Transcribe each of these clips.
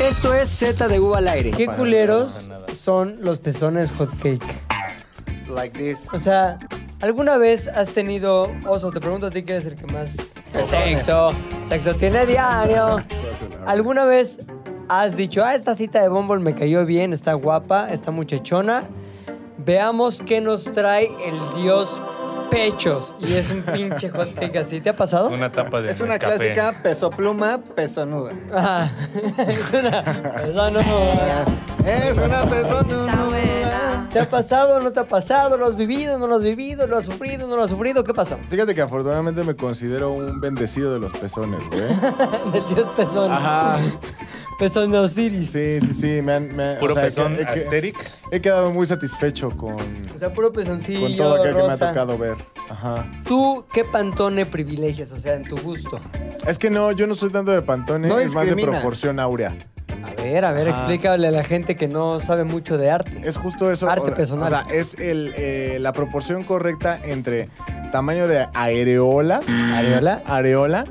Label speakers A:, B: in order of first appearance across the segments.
A: Esto es Z de U al aire.
B: ¿Qué
C: Para
B: culeros
C: nada, nada.
B: son los pezones hotcake?
C: Like this.
B: O sea, ¿alguna vez has tenido oso? Te pregunto a ti, ¿qué es el que más sexo? Sexo tiene diario. ¿Alguna vez has dicho, ah, esta cita de Bumble me cayó bien, está guapa, está muchachona? Veamos qué nos trae el dios pechos. Y es un pinche hotcake así. ¿Te ha pasado?
D: Una tapa de
C: Es una
D: Nescafé.
C: clásica peso pluma, pesonuda.
B: Ah, es una persona.
C: Es una
E: Está
C: pesonuda.
E: buena.
B: ¿Te ha pasado no te ha pasado? ¿Lo has vivido no lo has vivido? ¿Lo has sufrido no lo has sufrido? ¿Qué pasó?
F: Fíjate que afortunadamente me considero un bendecido de los pezones, güey.
B: Del dios pezón.
F: Ajá.
B: Pezón de Osiris.
F: Sí, sí, sí. Me han, me,
D: Puro
F: o sea,
D: pezón
F: que- he, que-
D: asteric.
F: he quedado muy satisfecho con,
B: O sea, puro pezoncillo.
F: con todo aquel que me ha
B: rosa.
F: tocado ver. Ajá.
B: ¿Tú qué pantone privilegias? O sea, en tu gusto.
F: Es que no, yo no soy tanto de pantone,
C: No
F: es más de
C: discrimina.
F: proporción áurea.
B: A ver, a ver, explícale a la gente que no sabe mucho de arte.
F: Es justo eso.
B: Arte
F: o-
B: personal.
F: O sea, es el, eh, la proporción correcta entre tamaño de areola,
B: ¿Areola?
F: areola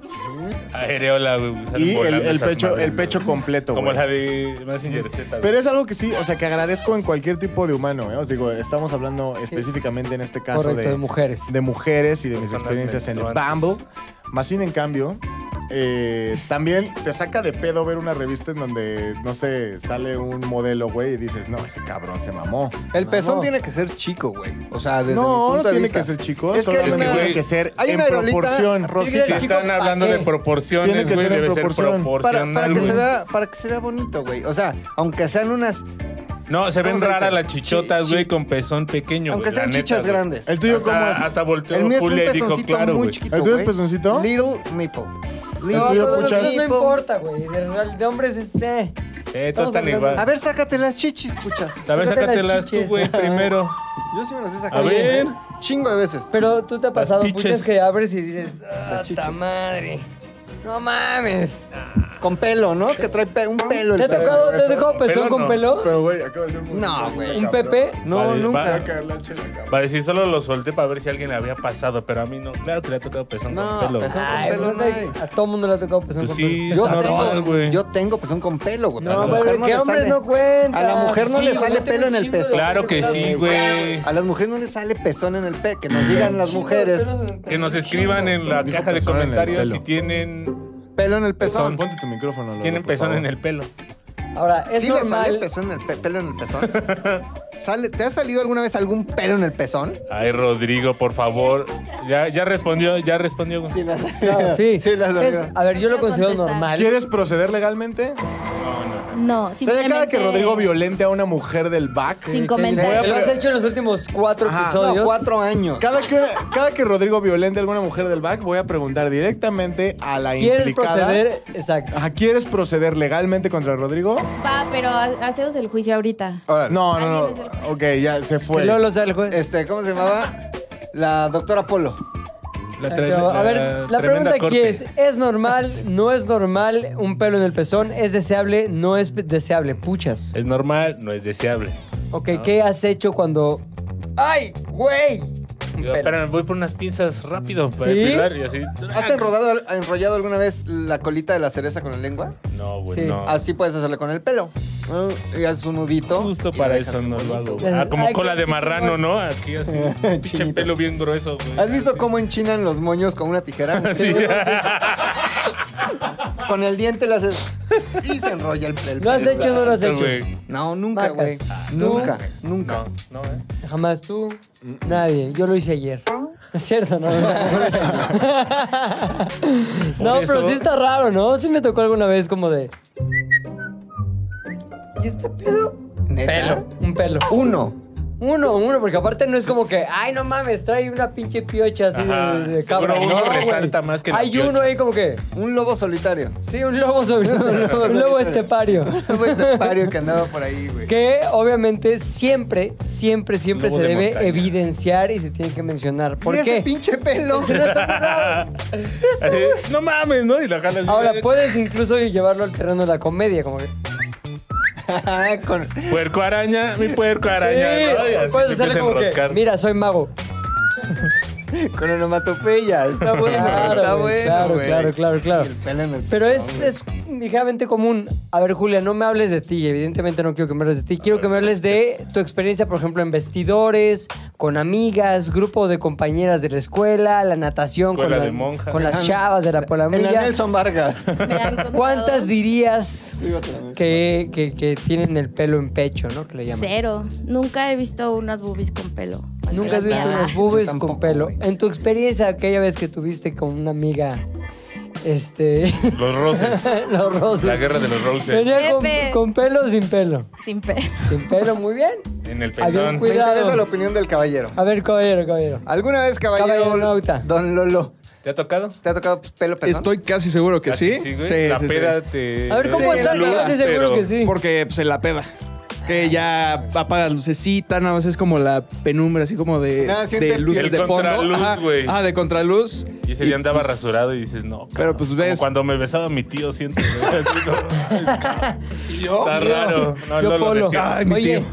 D: Areola, güey. salen
F: y el,
D: volando
F: el
D: esas
F: pecho,
D: madres,
F: el pecho
D: güey.
F: completo.
D: Como
F: güey.
D: la de Messenger Z. güey.
F: Pero es algo que sí, o sea, que agradezco en cualquier tipo de humano. ¿eh? Os digo, estamos hablando específicamente en este caso
B: Correcto, de,
F: de,
B: mujeres.
F: de mujeres y de mis
D: Personas
F: experiencias en el
D: menstruantes.
F: Bumble. Masin, en cambio, eh, también te saca de pedo ver una revista en donde, no sé, sale un modelo, güey, y dices, no, ese cabrón se mamó.
C: El pezón
F: No.
C: tiene que ser chico, güey. O sea, desde mi
F: no,
C: punto
F: no
C: de
F: tiene
C: vista.
F: que ser chico,
C: Es que hay
F: solamente
C: una-
F: tiene que ser
C: hay
F: en
C: una aerolita
F: proporción.
C: rosita.
D: Si
B: el chico,
D: están hablando
B: ¿pa'
D: de
B: qué?
F: Tiene
D: proporciones,
F: que
D: güey,
F: ser en
D: debe ser
F: proporción.
C: Para,
D: proporcional,
C: para que
D: güey.
C: se vea, para que se vea bonito, güey. O sea, aunque sean unas.
D: No, se ven
C: ¿Cómo se
D: raras
C: dice?
D: las chichotas,
C: Chi-
D: güey,
C: chi-
D: con pezón pequeño,
C: aunque
D: güey,
C: sean
D: la neta,
C: chichas
D: güey.
C: grandes.
F: El tuyo,
D: hasta,
F: ¿cómo es?
D: Hasta volteó
C: El mío es un
D: full ético,
C: pezoncito
D: claro,
C: muy
D: güey.
C: chiquito.
F: ¿El tuyo es
C: güey.
F: pezoncito?
C: Little nipple.
B: No,
F: ¿Tú ya
B: pero de los
F: escuchas?
B: dos no importa, güey. De, de hombres es... eh.
D: Eh, todos
B: Estamos
D: están
B: hablando-
D: igual.
C: A ver, sácate las chichis, puchas.
D: A
B: Sácate
D: ver,
B: las
D: sácatelas tú,
B: chichis.
D: güey, primero.
C: Yo sí me las he
D: A
C: sacado.
D: ver.
C: Chingo de veces.
B: Pero tú te ha pasado muchas
D: piches.
B: que abres y dices, ¡ah, ta madre! ¡No mames!
C: Con pelo, ¿no? Que trae pe- un pelo
B: ¿Te
C: el
B: ha
C: pezón.
B: tocado, te ha dejado
D: Con
B: pezón
D: pelo,
B: con
D: no.
B: pelo?
F: Pero, güey, acaba de ser muy-
C: No, güey.
B: ¿Un Pepe?
C: No,
D: Vale,
C: nunca.
D: va-
F: Caer la chela, cabrón.
D: Para decir, solo lo solté para ver si alguien le había pasado, pero a mí no. Claro que le ha tocado pezón
C: No,
D: con pelo.
C: pezón-
B: Ay,
C: pelo
B: pues,
C: no hay.
B: A todo mundo le ha tocado pezón
D: Pues
B: con
D: sí,
B: pelo.
C: Yo
D: Está normal,
C: tengo,
D: güey.
C: yo tengo pezón con pelo, güey.
B: No,
C: A la mujer
B: pero que
C: le
B: hombres
C: sale.
B: no cuenta.
C: A la mujer no
B: Sí,
C: le
B: güey,
C: sale
B: yo tengo
C: pelo en
B: un
C: el
B: chingo de
C: pezón.
D: Claro que sí, güey.
C: A las mujeres no les sale pezón en el pe. Que nos digan las mujeres
D: Que nos escriban en la
F: Dijo
D: caja de
F: pezón en el
D: comentarios
F: pelo.
D: si tienen,
C: pelo en el
F: Pezón,
C: pezón.
F: ponte tu micrófono.
D: si
F: Lolo,
D: tienen
F: por
D: pezón
F: favor.
D: en el pelo.
B: Ahora, es
C: ¿Sí le sale
B: normal.
C: pezón en el pe- pelo en el pezón? ¿Sale, ¿Te ha salido alguna vez algún pelo en el pezón?
D: Ay, Rodrigo, por favor. Ya, ya respondió, ya respondió. güey.
B: No, sí.
C: Sí, las
B: Es-
C: hormigas.
B: a ver, yo lo
E: Voy a
B: considero
E: contestar.
B: normal.
F: ¿Quieres proceder legalmente?
E: No,
F: ¿Se
E: simplemente...
F: cada que Rodrigo violente a una mujer del back?
E: Sin comentar.
B: Te Lo has hecho en los últimos cuatro
F: Ajá.
B: episodios.
C: No, cuatro años.
F: Cada que, cada que Rodrigo violente a alguna mujer del back, voy a preguntar directamente a la
B: ¿Quieres
F: implicada.
B: proceder? Exacto.
F: Ajá, ¿Quieres proceder legalmente contra Rodrigo?
E: Va, pero ha- hacemos el juicio ahorita.
C: Órale.
F: No, no,
E: Alguien es el
F: no. Ok, ya se
B: Que
F: fue.
B: no lo sea el juez.
C: Este, ¿cómo se llamaba? La doctora Polo.
D: La tre-
B: Pero, a ver, la
D: tremenda
B: pregunta aquí
D: corte.
B: es, ¿es normal, no es normal un pelo en el pezón? ¿Es deseable, no es deseable? Puchas.
D: Es normal, no es deseable.
B: Ok, ¿qué has hecho cuando... ¡Ay, güey! Un
D: Digo,
B: pelo.
D: espérame, voy por unas pinzas rápido para
B: ¿Sí?
D: depilar y así.
C: ¿Has enrodado, enrollado alguna vez la colita de la cereza con la lengua?
D: No, güey,
B: Sí.
D: no.
C: Así puedes hacerlo con el pelo. Y haces un nudito.
D: Justo
C: y
D: para
C: dejas
D: eso no lo hago. güey.
B: Ay,
D: Ah, como
B: qué
D: cola de
B: chingón.
D: marrano, ¿no? Aquí así, un pinche
C: Chinito.
D: pelo bien grueso, güey.
C: ¿Has visto
D: Así.
C: cómo enchinan los moños con una tijera?
D: Sí.
C: Con el diente le haces y se enrolla el pelo.
B: ¿Lo has hecho o no lo has hecho?
D: Güey.
C: No, nunca,
B: Vacas.
C: güey.
B: Ah,
C: Nunca, nunca.
D: No, no, ¿eh?
B: Jamás tú, nadie. Yo lo hice ayer. ¿No es cierto? No, no, No, pero
D: eso-
B: sí está raro, ¿no? Sí me tocó alguna vez como de... ¿Y este pedo?
C: ¿Neta?
B: Pelo, un pelo.
C: Uno.
B: Uno, uno, porque aparte no es como que, ay, no mames, trae una pinche piocha así
D: Ajá,
B: de, de
D: seguro
B: cabra.
D: uno
B: No, güey.
D: resalta más que la
B: Hay
D: piocha.
B: uno ahí como que,
C: Un lobo solitario.
B: sí, un lobo sobre un lobo estepario.
C: Lobo estepario que andaba por ahí, güey.
B: Que obviamente siempre, siempre, siempre
D: Lobo
B: se
D: de
B: debe
D: montaña.
B: evidenciar y se tiene que mencionar. ¿Por
C: ¿Y ese
B: qué?
C: pinche pelo?
B: Si no está muy raro.
D: Así, no mames, ¿no? Y la jalas.
B: Ahora, puedes incluso llevarlo al terreno de la comedia, como que.
C: Ah, con-
D: Puerco araña, mi puerco araña. ¿no? Y
B: Sí,
D: así
B: puedes hacerle
D: te empieza a
B: como que,
D: enroscar.
B: mira, soy mago.
C: Con onomatopeya. Está bueno,
B: Claro,
C: está
B: güey,
C: bueno,
B: claro,
C: güey.
B: claro, claro, claro.
C: Y el pelo en el
B: Pero
C: pezón,
B: es,
C: güey.
B: es ligeramente común. A ver, Julia, no me hables de ti, y evidentemente no quiero que me hables de ti. Quiero que me hables de tu experiencia, por ejemplo, en vestidores, con amigas, grupo de compañeras de la escuela, la natación, con,
D: Escuela
B: la-
D: de monjas.
B: con las chavas de la
C: En la
B: polamilla.
C: Nelson Vargas.
E: Me han contado-
B: ¿Cuántas dirías
C: Tú ibas a la Nelson
B: que, que- que tienen el pelo en pecho, no? Que le llaman.
E: Cero. Nunca he visto unas boobies con pelo. Más que
B: Nunca has
E: las
B: visto
E: de
B: unos
E: abajo.
B: bubes
C: Tampoco,
B: con pelo.
C: güey.
B: En tu experiencia, aquella vez que tuviste con una amiga, este.
D: Los roces.
B: los roses.
D: La guerra de los roses.
B: Venía con,
E: Pepe.
B: con pelo o sin pelo.
E: Sin pelo.
B: Sin pelo, muy bien.
D: En el
B: Había un
D: pezón.
C: Me
B: Cuidado.
C: interesa la opinión del caballero.
B: A ver, caballero, caballero.
C: ¿Alguna vez, caballero,
B: Caballero nauta.
C: don Lolo,
D: ¿Te ha tocado?
C: te ha tocado pelo pezón?
G: Estoy casi seguro que
D: ¿A
G: sí.
D: ti güey?
G: Sí,
D: la
G: sí, sí.
D: peda te.
B: A ver, ¿cómo
D: te
B: estás?
D: saluda,
B: Casi seguro
D: pero-
B: que sí.
G: Porque pues, en la peda. Que ya apagas lucecita, nada más es como la penumbra, así como de,
C: Nada, siente
G: de luces
D: el
G: de fondo.
D: contraluz,
G: Ajá,
D: güey.
G: Ah, de contraluz.
D: Y ese día andaba
G: pues,
D: rasurado y dices, no.
G: Pero,
D: cabrón.
G: pues,
D: Como
G: ves.
D: cuando me besaba mi tío, siento. güey, así, no, es cabrón. Está raro. No,
B: yo
D: no lo
B: polo.
D: decía.
G: Ay, mi
B: Oye,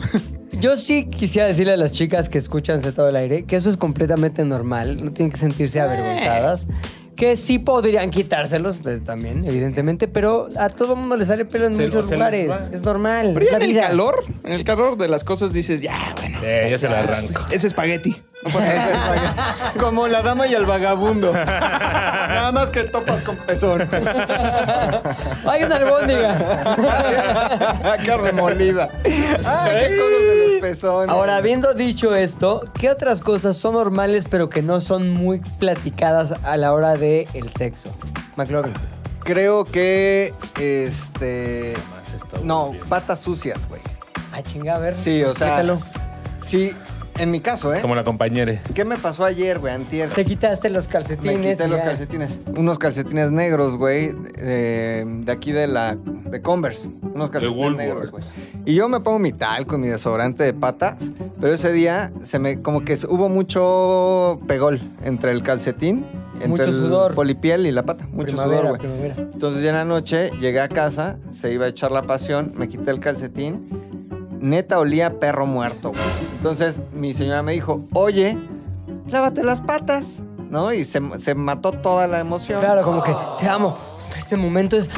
B: yo sí quisiera decirle a las chicas que escuchan todo el aire que eso es completamente normal. No tienen que sentirse avergonzadas. Que sí podrían quitárselos eh, también, evidentemente, pero a todo mundo le sale pelo en
D: Se-
B: muchos
D: se les va.
B: lugares. Es normal.
G: Pero
B: es
G: ya
B: la
G: en el
B: vida.
G: calor, en el calor de las cosas dices, ya, bueno.
D: Eh, ya se la
G: Es,
D: arranco.
G: es espagueti.
C: Pues, Como la dama y el vagabundo. Nada más que topas con pezón.
B: Hay una albóndiga.
C: ¡Qué remolida! ¡Ah, qué cosas de los pezones!
B: Ahora, habiendo dicho esto, ¿qué otras cosas son normales pero que no son muy platicadas a la hora del el sexo? McLovin.
C: Creo que, este... No, patas sucias, güey.
B: Ah, chinga, a ver.
C: Sí, o sea...
B: explícalo.
C: Sí, en mi caso, ¿eh?
D: Como la compañere.
C: ¿Qué me pasó ayer, güey, antier?
B: Te quitaste los calcetines.
C: Me quité
B: y
C: los
B: ya.
C: calcetines. Unos calcetines negros, güey. eh, de aquí de la. De Converse. Unos calcetines
D: Woolworth.
C: negros, güey. Y yo me pongo mi talco, mi desodorante de patas. Pero ese día se me. Como que hubo mucho pegol entre el calcetín, entre
B: Mucho
C: el
B: sudor.
C: polipiel y la pata. Mucho
B: primavera,
C: sudor, güey.
B: primavera.
C: Entonces ya en la noche llegué a casa, se iba a echar la pasión, me quité el calcetín. Neta olía a perro muerto, güey. Entonces mi señora me dijo, oye, lávate las patas, ¿no? Y se, se mató toda la emoción.
B: Claro, como que te amo. Este momento es.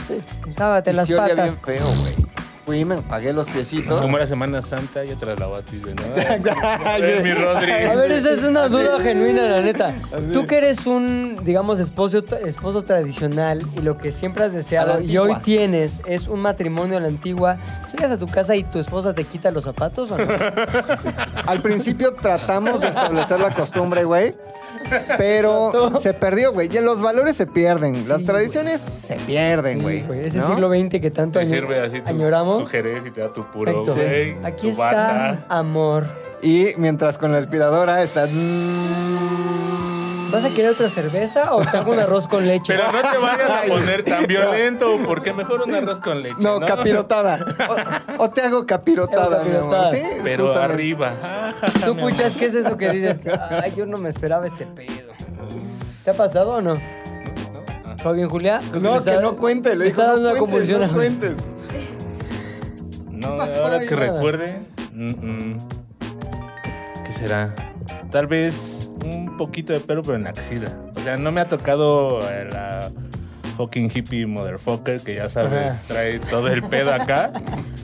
B: Lávate
C: Y
B: las
C: sí olía
B: patas.
C: bien feo, güey. Fui, me pagué los piecitos.
D: Como era Semana Santa, ya tras la batis, güey, ¿no? Es mi Rodri.
B: A ver, esa es una duda genuina, la neta. Tú que eres un, digamos, esposo, esposo tradicional y lo que siempre has
C: A
B: deseado
C: la
B: y hoy
C: antigua.
B: tienes es un matrimonio a la antigua, llegas a tu casa y tu esposa te quita los zapatos o no?
C: Al principio tratamos de establecer la costumbre, güey. Pero se perdió, güey. Y los valores se pierden. Las
B: Sí,
C: tradiciones se pierden,
B: Sí,
C: güey.
B: güey, Ese
C: ¿no?
B: siglo XX que tanto
D: Te
B: año-
D: sirve así tu,
B: añoramos.
D: tu jerez y te da tu puro,
B: Exacto.
D: güey.
B: Aquí
D: tu
B: está
D: bata.
B: amor.
C: Y mientras con la aspiradora está...
B: ¿Vas a querer otra cerveza o te hago un arroz con leche?
D: Pero no te vayas a poner tan violento, porque mejor un arroz con leche.
C: No,
D: No,
C: capirotada. O, o te hago capirotada,
B: Te hago
C: mi amor.
B: capirotada.
C: Sí,
D: Pero
C: justamente.
D: arriba. Ah, ja, ja,
B: ¿Tú,
D: mi amor.
B: puchas, qué es eso que dices? Ay, yo no me esperaba este pedo. ¿Te ha pasado o no? Fabián Julia. creo
C: No,
B: le
C: que
B: está-
C: no cuente. Le
B: le está
C: dijo,
B: dando
C: no
B: una
C: cuentes,
B: convulsión. a
C: No
B: Julia.
C: cuentes.
D: No,
C: pasó
D: ahora
C: ahí?
D: que
B: Nada.
D: recuerde. mm, mm. ¿Qué será? Tal vez un poquito de pelo, pero en la axila. O sea, no me ha tocado eh, la fucking hippie motherfucker que ya sabes,
B: Ajá.
D: trae todo el pedo acá.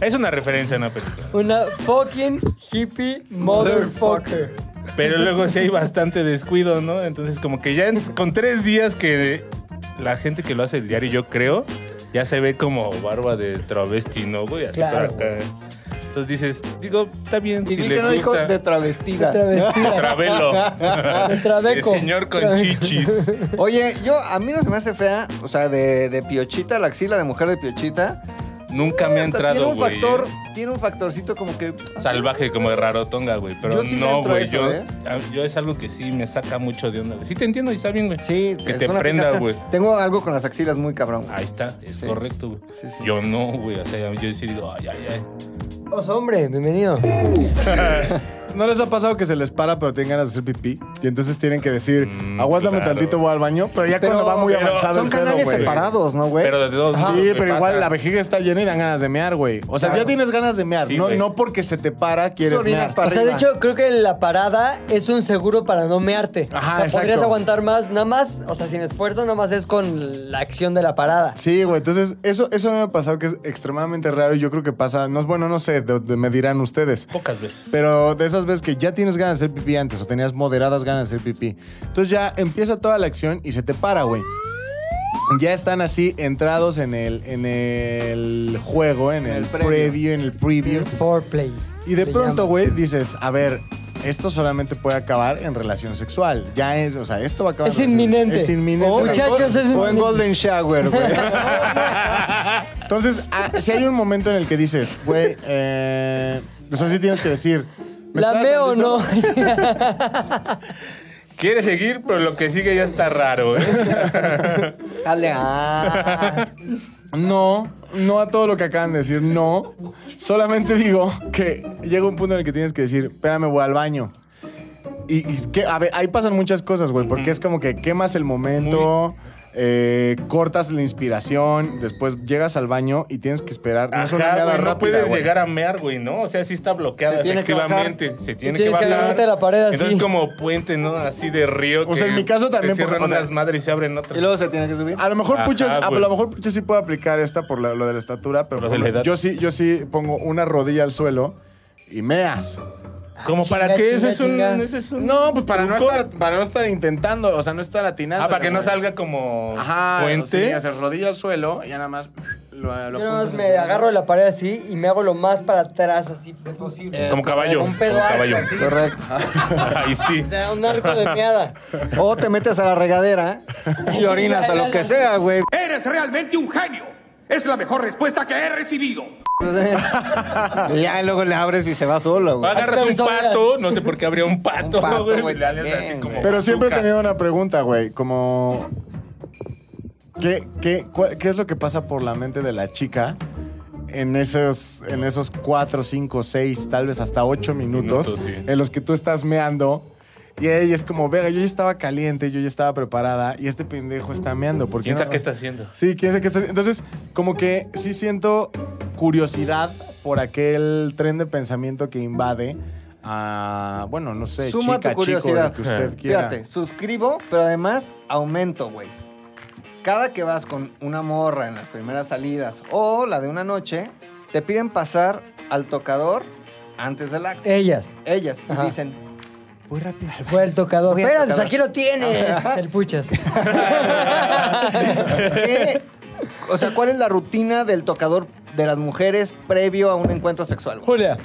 D: Es una referencia a una película.
B: Una fucking hippie motherfucker.
D: Pero luego sí hay bastante descuido, ¿no? Entonces, como que ya en- con tres días que la gente que lo hace el diario, yo creo, ya se ve como barba de travesti, ¿no, güey? Así
B: Claro.
D: para acá. Entonces dices, digo, está bien,
C: Y
D: si
C: di
D: les
C: que no dijo
D: gusta.
C: de travestida.
B: Travestida.
D: Travelo.
B: De trabeco.
D: El señor con
B: Trabeco.
D: chichis.
C: Oye, yo a mí no se me hace fea, o sea, de, de piochita, la axila de mujer de piochita.
D: Nunca me
C: Hasta
D: ha entrado,
C: tiene un
D: güey.
C: factor,
D: eh.
C: tiene un factorcito como que
D: Salvaje como de rarotonga, güey. Pero
C: Yo sí le
D: no,
C: entro a
D: güey.
C: eso,
D: Yo,
C: ¿eh?
D: a- yo es algo que sí me saca mucho de onda, güey. Sí te entiendo y está bien, güey.
C: sí,
D: Que
C: es
D: te
C: una
D: prenda,
C: fijación.
D: güey. Ah,
C: Tengo algo con las axilas muy cabrón.
D: Ahí está, es
C: Sí.
D: correcto, güey.
C: Sí, sí.
D: Yo no, güey. O sea, yo sí digo, ay, ay, ay.
B: Os hombre, bienvenido.
F: ¿No les ha pasado que se les para pero tienen ganas de hacer pipí? Y entonces tienen que decir,
D: Mm,
F: aguárdame
D: claro.
F: tantito, voy al baño. Pero ya
C: Pero-
F: cuando va muy
D: pero
F: avanzado
C: Son
F: el pedo,
C: canales
F: güey.
C: separados, ¿no, güey?
D: Pero de todos
F: Sí,
D: modos,
F: pero
D: me pasa.
F: igual la vejiga está llena y dan ganas de mear, güey. O sea, ya tienes ganas de mear.
D: Sí,
F: no,
D: güey.
F: no porque se te para quieres
C: Son
F: mear.
C: líneas para
B: o sea, de
C: arriba.
B: hecho, creo que la parada es un seguro para no mearte.
F: Ajá,
B: o sea,
F: exacto.
B: podrías aguantar más, nada más, o sea, sin esfuerzo, nada más es con la acción de la parada.
F: Sí, güey. Entonces, eso, eso me ha pasado que es extremadamente raro y yo creo que pasa. No, es- bueno, no sé, de- de- me dirán ustedes.
D: Pocas veces.
F: Pero de esas veces que ya tienes ganas de hacer pipí antes o tenías moderadas ganas de hacer pipí. Entonces ya empieza toda la acción y se te para, güey. Ya están así entrados en el, en el juego, en el, preview, en el preview.
B: El foreplay.
F: Y de
B: le
F: pronto,
B: llaman.
F: güey, dices, a ver, esto solamente puede acabar en relación sexual. Ya es, o sea, esto va a acabar
B: Es
F: en relación-
B: inminente.
F: Es inminente.
B: O- Muchachos, es-
C: o en Golden Shower, güey.
F: Entonces, eh, si hay un momento en el que dices, güey, eh, o sea, sí tienes que decir. ¿me
B: ¿La
F: esperas
B: meo o
F: tantito?
B: no?
D: Quiere seguir, pero lo que sigue ya está raro, ¿eh?
C: Dale. Ah.
F: No, no a todo lo que acaban de decir, no. Solamente digo que llega un punto en el que tienes que decir, espérame, voy al baño. Y, y es que, a ver, ahí pasan muchas cosas, güey, porque es como que quemas el momento, eh, cortas la inspiración, después llegas al baño y tienes que esperar. No es una
D: Ajá,
F: meada
D: güey, no
F: rápida,
D: puedes
F: güey.
D: llegar a mear, güey, ¿no? O sea, sí está bloqueada
C: Se tiene que
D: efectivamente. Se tiene que
B: Tienes que
D: bajar.
B: agarrarte de la pared así.
D: Entonces como puente, ¿no? Así de río.
F: O sea, en mi caso también,
D: Se cierran
F: porque, o sea,
D: unas madres y se abren otras.
C: Y luego se tiene que subir.
F: A lo mejor
D: Ajá,
F: Puchas, a
D: güey.
F: lo mejor Puchas sí puede aplicar esta por la- lo de la estatura, pero
D: Por lo de la edad.
F: yo sí, yo sí pongo una rodilla al suelo y meas.
D: Como para
B: chinga,
D: qué? eso es un...
B: chinga.
D: Eso es un...
F: No, pues para no
D: truco.
F: estar, para no estar intentando, o sea, no estar atinando.
D: Ah, para que no salga como
F: Ajá,
D: fuente.
F: sí, haces rodilla al suelo y ya nada más lo,
B: Yo
F: lo
B: nada más
F: apuntas
B: me
F: hacia-
B: agarro de la pared así y me hago lo más para atrás así posible.
D: como caballo.
B: Un
D: Como
B: pedo alto,
D: caballo.
B: así.
C: Correcto.
D: Ahí sí.
B: O sea, un arco de meada.
C: O te metes a la regadera y orinas a lo que sea, güey.
H: Eres realmente un genio. Es la mejor respuesta que he recibido.
C: Y ya luego le abres y se va solo, güey.
D: Agarras
B: Hasta
D: un
B: mis orejas.
D: pato, no sé por qué habría un pato,
C: Un pato,
D: güey.
C: güey,
D: Le haces así
C: también,
D: como
C: güey.
F: Pero siempre he
D: bazooka.
F: tenido una pregunta, güey, como ¿qué, qué, cuál- qué es lo que pasa por la mente de la chica en esos, en esos cuatro, cinco, seis, tal vez hasta ocho minutos,
D: Minutos, sí.
F: en los que tú estás meando? Y ella es como, verga, yo ya estaba caliente, yo ya estaba preparada y este pendejo está meando. ¿por qué
D: ¿Quién
F: no-
D: sabe qué está haciendo?
F: Sí, quién sabe qué está haciendo. Entonces, como que sí siento curiosidad por aquel tren de pensamiento que invade a, bueno, no sé,
C: Suma
F: chica,
C: tu curiosidad.
F: chico, lo que usted
D: Ah.
F: quiera.
C: Fíjate, suscribo, pero además aumento, güey. Cada que vas con una morra en las primeras salidas o la de una noche, te piden pasar al tocador antes del acto.
B: Ellas.
C: Ellas y
B: Ajá.
C: dicen, voy rápido. al
B: Fue el tocador.
C: Voy al
B: Espera, pues
C: tocador.
B: aquí lo tienes.
C: Ajá.
B: El puchas.
C: ¿Qué? O sea, ¿cuál es la rutina del tocador de las mujeres previo a un encuentro sexual? güey?
B: Julia.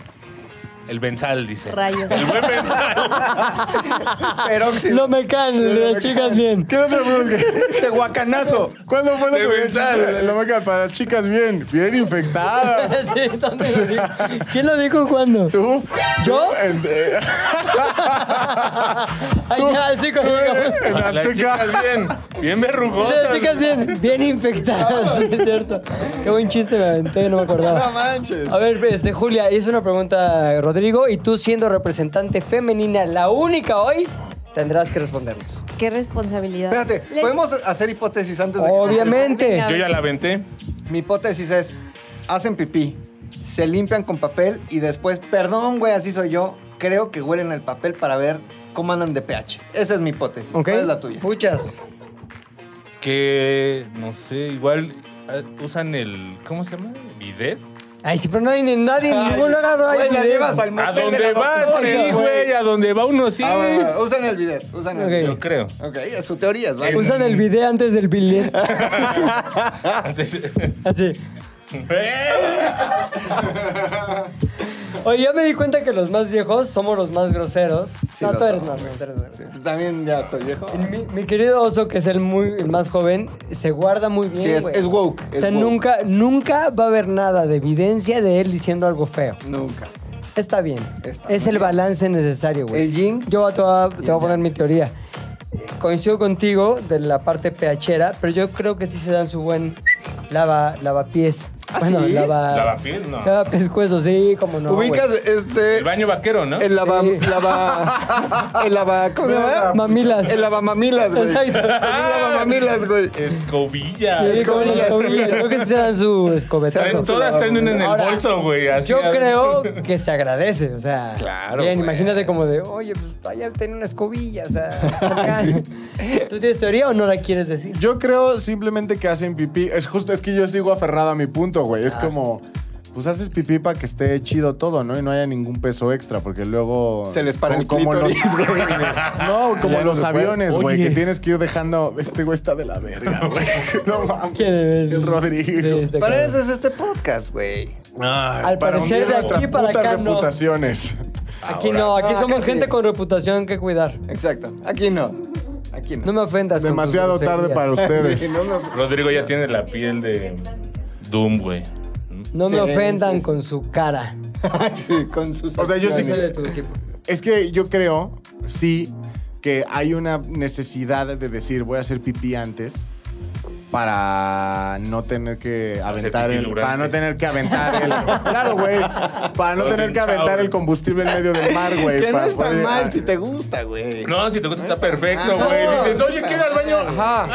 D: El Benzal, dice.
E: Rayos.
D: El buen Benzal.
C: Peróxido.
B: No me canses, las chicas bien.
F: ¿Qué otra pregunta?
C: Te guacanazo.
F: ¿Cuándo fue la
D: De pensar.
F: que la marca para las chicas bien? Bien infectadas.
B: Sí, ¿dónde lo dijo? ¿Quién lo dijo cuándo?
F: ¿Tú?
B: ¿Yo?
F: En, eh,
B: Ay, ya, sí, cuando llegamos.
F: en
D: Las chicas
F: Azteca.
D: bien. Bien
B: Las
D: verrugosas.
B: chicas bien, bien infectadas, sí, es cierto. Qué buen chiste me aventé, no me acordaba.
C: manches.
B: A ver, este, Julia, hice una pregunta, Rodrigo, y tú siendo representante femenina, la única hoy, tendrás que respondernos.
E: Qué responsabilidad.
C: Espérate,
E: Les-
C: ¿podemos hacer hipótesis antes de que-
B: Obviamente.
D: Yo ya la aventé.
C: Mi hipótesis es, hacen pipí, se limpian con papel y después, perdón, güey, así soy yo, creo que huelen el papel para ver cómo andan de pH. Esa es mi hipótesis.
B: ¿Ok? Pues,
C: ¿Cuál es la tuya?
B: Puchas.
D: Que, no sé, igual eh, usan el... ¿Cómo se llama? ¿Bidet?
B: Ay, sí, pero no hay ni- nadie, en ningún lugar. hay
C: Güey, la
B: video.
C: llevas al
D: ¿A
C: motel de
D: dónde
C: la
D: vas,
C: doctora,
D: sí, güey? ¿A dónde va uno, sí?
C: Ah, va, va, va. Usan el bidet, usan el
B: Ok. Pues,
C: bidet.
D: Yo creo.
C: Ok, es su teoría, es válida.
B: Usan el video antes del billete.
D: Antes... ¡Eh!
B: Así. Oye, ya me di cuenta que los más viejos somos los más groseros. no,
C: lo
B: tú eres
C: somos,
B: más, grosero, tú eres más grosero.
C: También ya estoy viejo.
B: Mi, mi querido oso, que es el muy el más joven, se guarda muy bien.
C: Sí, es-
B: güey.
C: es woke,
B: O sea,
C: es woke.
B: nunca, nunca va a haber nada de evidencia de él diciendo algo feo.
C: Nunca.
B: Está bien.
C: Está
B: es el balance necesario, güey.
C: El yin.
B: Yo te voy a, te voy a poner mi teoría. Coincido contigo de la parte pechera, pero yo creo que sí se dan su buen lava, lavapiés.
C: ¿Ah,
B: bueno,
C: sí?
B: lava...
D: Lavapiés, no.
B: Lava pescuezos, sí, como no. güey.
C: Ubicas este.
D: El baño vaquero, ¿no?
C: El lava.
B: Sí.
C: lava el lava. ¿Cómo se llama?
B: Mamilas.
C: El lavamamilas, güey.
B: Exacto.
C: El lavamamilas, güey.
D: Ah, Escobilla.
B: Sí, como las
C: escobillas.
B: escobillas. Creo que sí se dan su escobetazo.
D: Traen todas traen una en el
B: Ahora,
D: bolso, güey. así.
B: Yo creo que se agradece, o sea.
D: Claro,
B: Bien,
D: güey.
B: imagínate como de, oye, pues vaya, ten una escobilla, o sea.
D: Ah,
B: acá. ¿Tú tienes teoría o no la quieres decir?
F: Yo creo simplemente que hacen pipí. Es justo, es que yo sigo aferrado a mi punto, güey.
C: Ah.
F: Es como, pues haces pipí para que esté chido todo, ¿no? Y no haya ningún peso extra, porque luego.
C: Se les para el
F: como- como los-
C: clítoris, güey. Ah,
F: No, como
C: Ya no
F: los
C: se puede.
F: aviones, güey,
D: Oye.
F: que tienes que ir dejando. Este güey está de la verga, güey. No mames.
B: ¿Quién es?
F: El Rodrigo.
B: Sí, está
C: Para
B: claro.
C: eso es este podcast, güey.
D: Ay,
B: Al
F: Para
B: parecer,
F: hundir
B: de
F: nuestras
B: aquí para
F: putas
B: acá no.
F: reputaciones.
B: Aquí no, aquí
C: No,
B: somos
C: casi.
B: gente con reputación que cuidar.
C: Exacto. Aquí no. Aquí no.
B: No me ofendas. con tus
F: Demasiado tarde
B: groserías.
F: para ustedes.
C: Sí, no me-
D: Rodrigo ya tiene la piel de Doom, güey.
B: No me
C: Sí,
B: ofendan
C: sí.
B: con su cara.
C: Sí, con sus
F: O sea, yo sí
B: Soy
F: que-
B: de tu equipo.
F: Es que yo creo, sí, que hay una necesidad de decir voy a hacer pipí antes para no tener que aventar
D: pipí
F: el
D: durante.
F: para no tener que aventar el claro güey para no
D: Golden
F: tener que aventar
D: Shower.
F: el combustible en medio del mar güey
C: Que no
F: para
C: está
F: poder- Ah,
C: mal si te gusta, güey.
D: No, si te gusta está perfecto,
C: Ah,
D: güey. Dices, oye, quiero ir al baño. Ajá.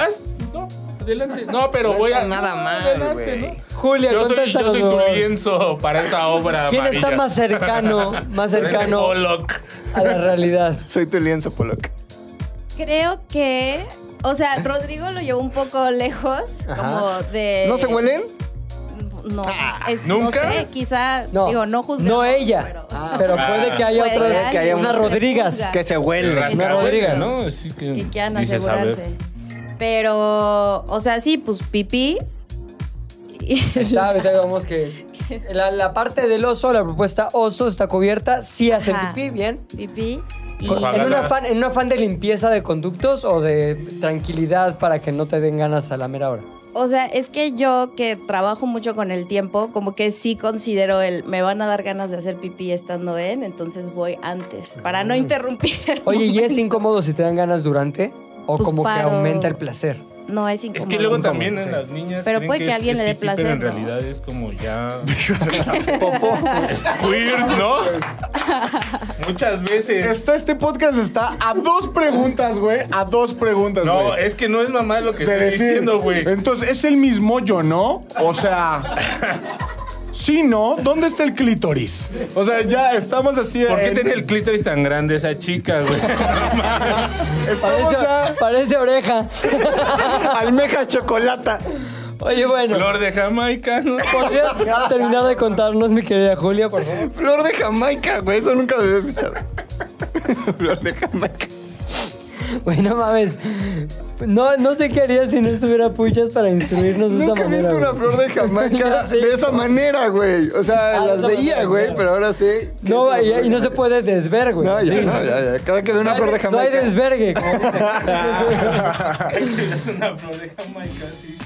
D: No, adelante. No, pero voy a.
C: nada
D: no,
C: mal,
D: adelante,
C: güey.
D: ¿no?
B: Julia,
D: Yo soy, yo
B: contéstanos,
D: soy
B: por
D: tu
B: favor.
D: lienzo para esa obra.
B: ¿Quién
D: amarilla.
B: está más cercano, más
D: Pero ese
B: cercano
D: Pollock.
B: a la realidad?
C: Soy tu lienzo, Pollock.
E: Creo que. O sea, Rodrigo lo llevó un poco lejos, como de.
C: ¿No se huelen? Ah,
E: No. es-
D: ¿Nunca?
E: No sé, quizá.
B: No,
E: digo, no juzguemos.
B: No ella,
E: pero-
B: pero
D: Ah.
B: puede que haya
E: Puede
B: otro,
E: que
C: haya
B: una
C: uno.
B: Rodríguez.
E: Juzga.
C: Que se
D: El
C: huelen.
D: rascahueles,
B: Rodríguez.
D: ¿no? Así que,
E: que quieran
D: mm, dices, a ver.
E: asegurarse. Pero, o sea, sí, pues pipí. Y-
B: Está, ahorita digamos que la, la parte del oso, la propuesta oso está cubierta, sí hace
E: Ajá.
B: pipí, bien.
E: pipí. Y,
D: Con-
B: En
D: Ojalá.
B: un, afán, en un afán de limpieza de conductos o de tranquilidad para que no te den ganas a la mera hora.
E: o sea, es que yo que trabajo mucho con el tiempo, como que sí considero el me van a dar ganas de hacer pipí estando en, entonces voy antes, para no interrumpir. el
B: Oye, ¿y es
E: momento.
B: incómodo si te dan ganas durante? ¿O
E: Pues
B: como
E: paro.
B: que aumenta el placer?
E: No, es incómodo.
D: Es que luego
E: Incómodo.
D: también en las niñas.
E: Pero
D: creen
E: puede que
D: es-
E: alguien
D: es
E: le dé
D: pipí, Pero en
E: placer, ¿no?
D: realidad es como ya. Squirt, ¿no? Muchas veces.
F: Está- este podcast está a dos preguntas güey a dos preguntas
D: No,
F: güey.
D: es que no es mamá lo que
F: de
D: estoy
F: decir,
D: diciendo, güey.
F: Entonces, es el mismo yo, ¿no? O sea. Si no, ¿dónde está el clítoris? O sea, ya estamos así.
D: ¿Por qué
F: en-
D: tiene el clítoris tan grande esa chica, güey?
F: Estamos
B: Parece,
F: ya.
B: parece oreja.
C: Almeja chocolata.
B: Oye, bueno.
D: Flor de Jamaica, ¿no?
B: ¿Podrías terminar de contarnos, mi querida Julia, por favor?
C: Flor de Jamaica, güey. Eso nunca lo había escuchado. Flor de Jamaica.
B: Güey, no mames. No, no sé qué haría si no estuviera Puchas para instruirnos de esta
C: Nunca he
B: manera.
C: visto una
B: güey.
C: flor de Jamaica
B: Ya sé.
C: de esa manera, güey. O sea,
B: Ah, de
C: las
B: esa
C: veía,
B: manera,
C: güey,
B: claro.
C: pero ahora sí.
B: No, y, y no se puede desver, güey.
C: No, ya,
B: sí.
C: no, ya, ya. Cada que veo una
B: No hay-
C: flor de
B: No hay
C: Jamaica.
B: desvergue. como dicen.
D: es una flor de Jamaica, sí.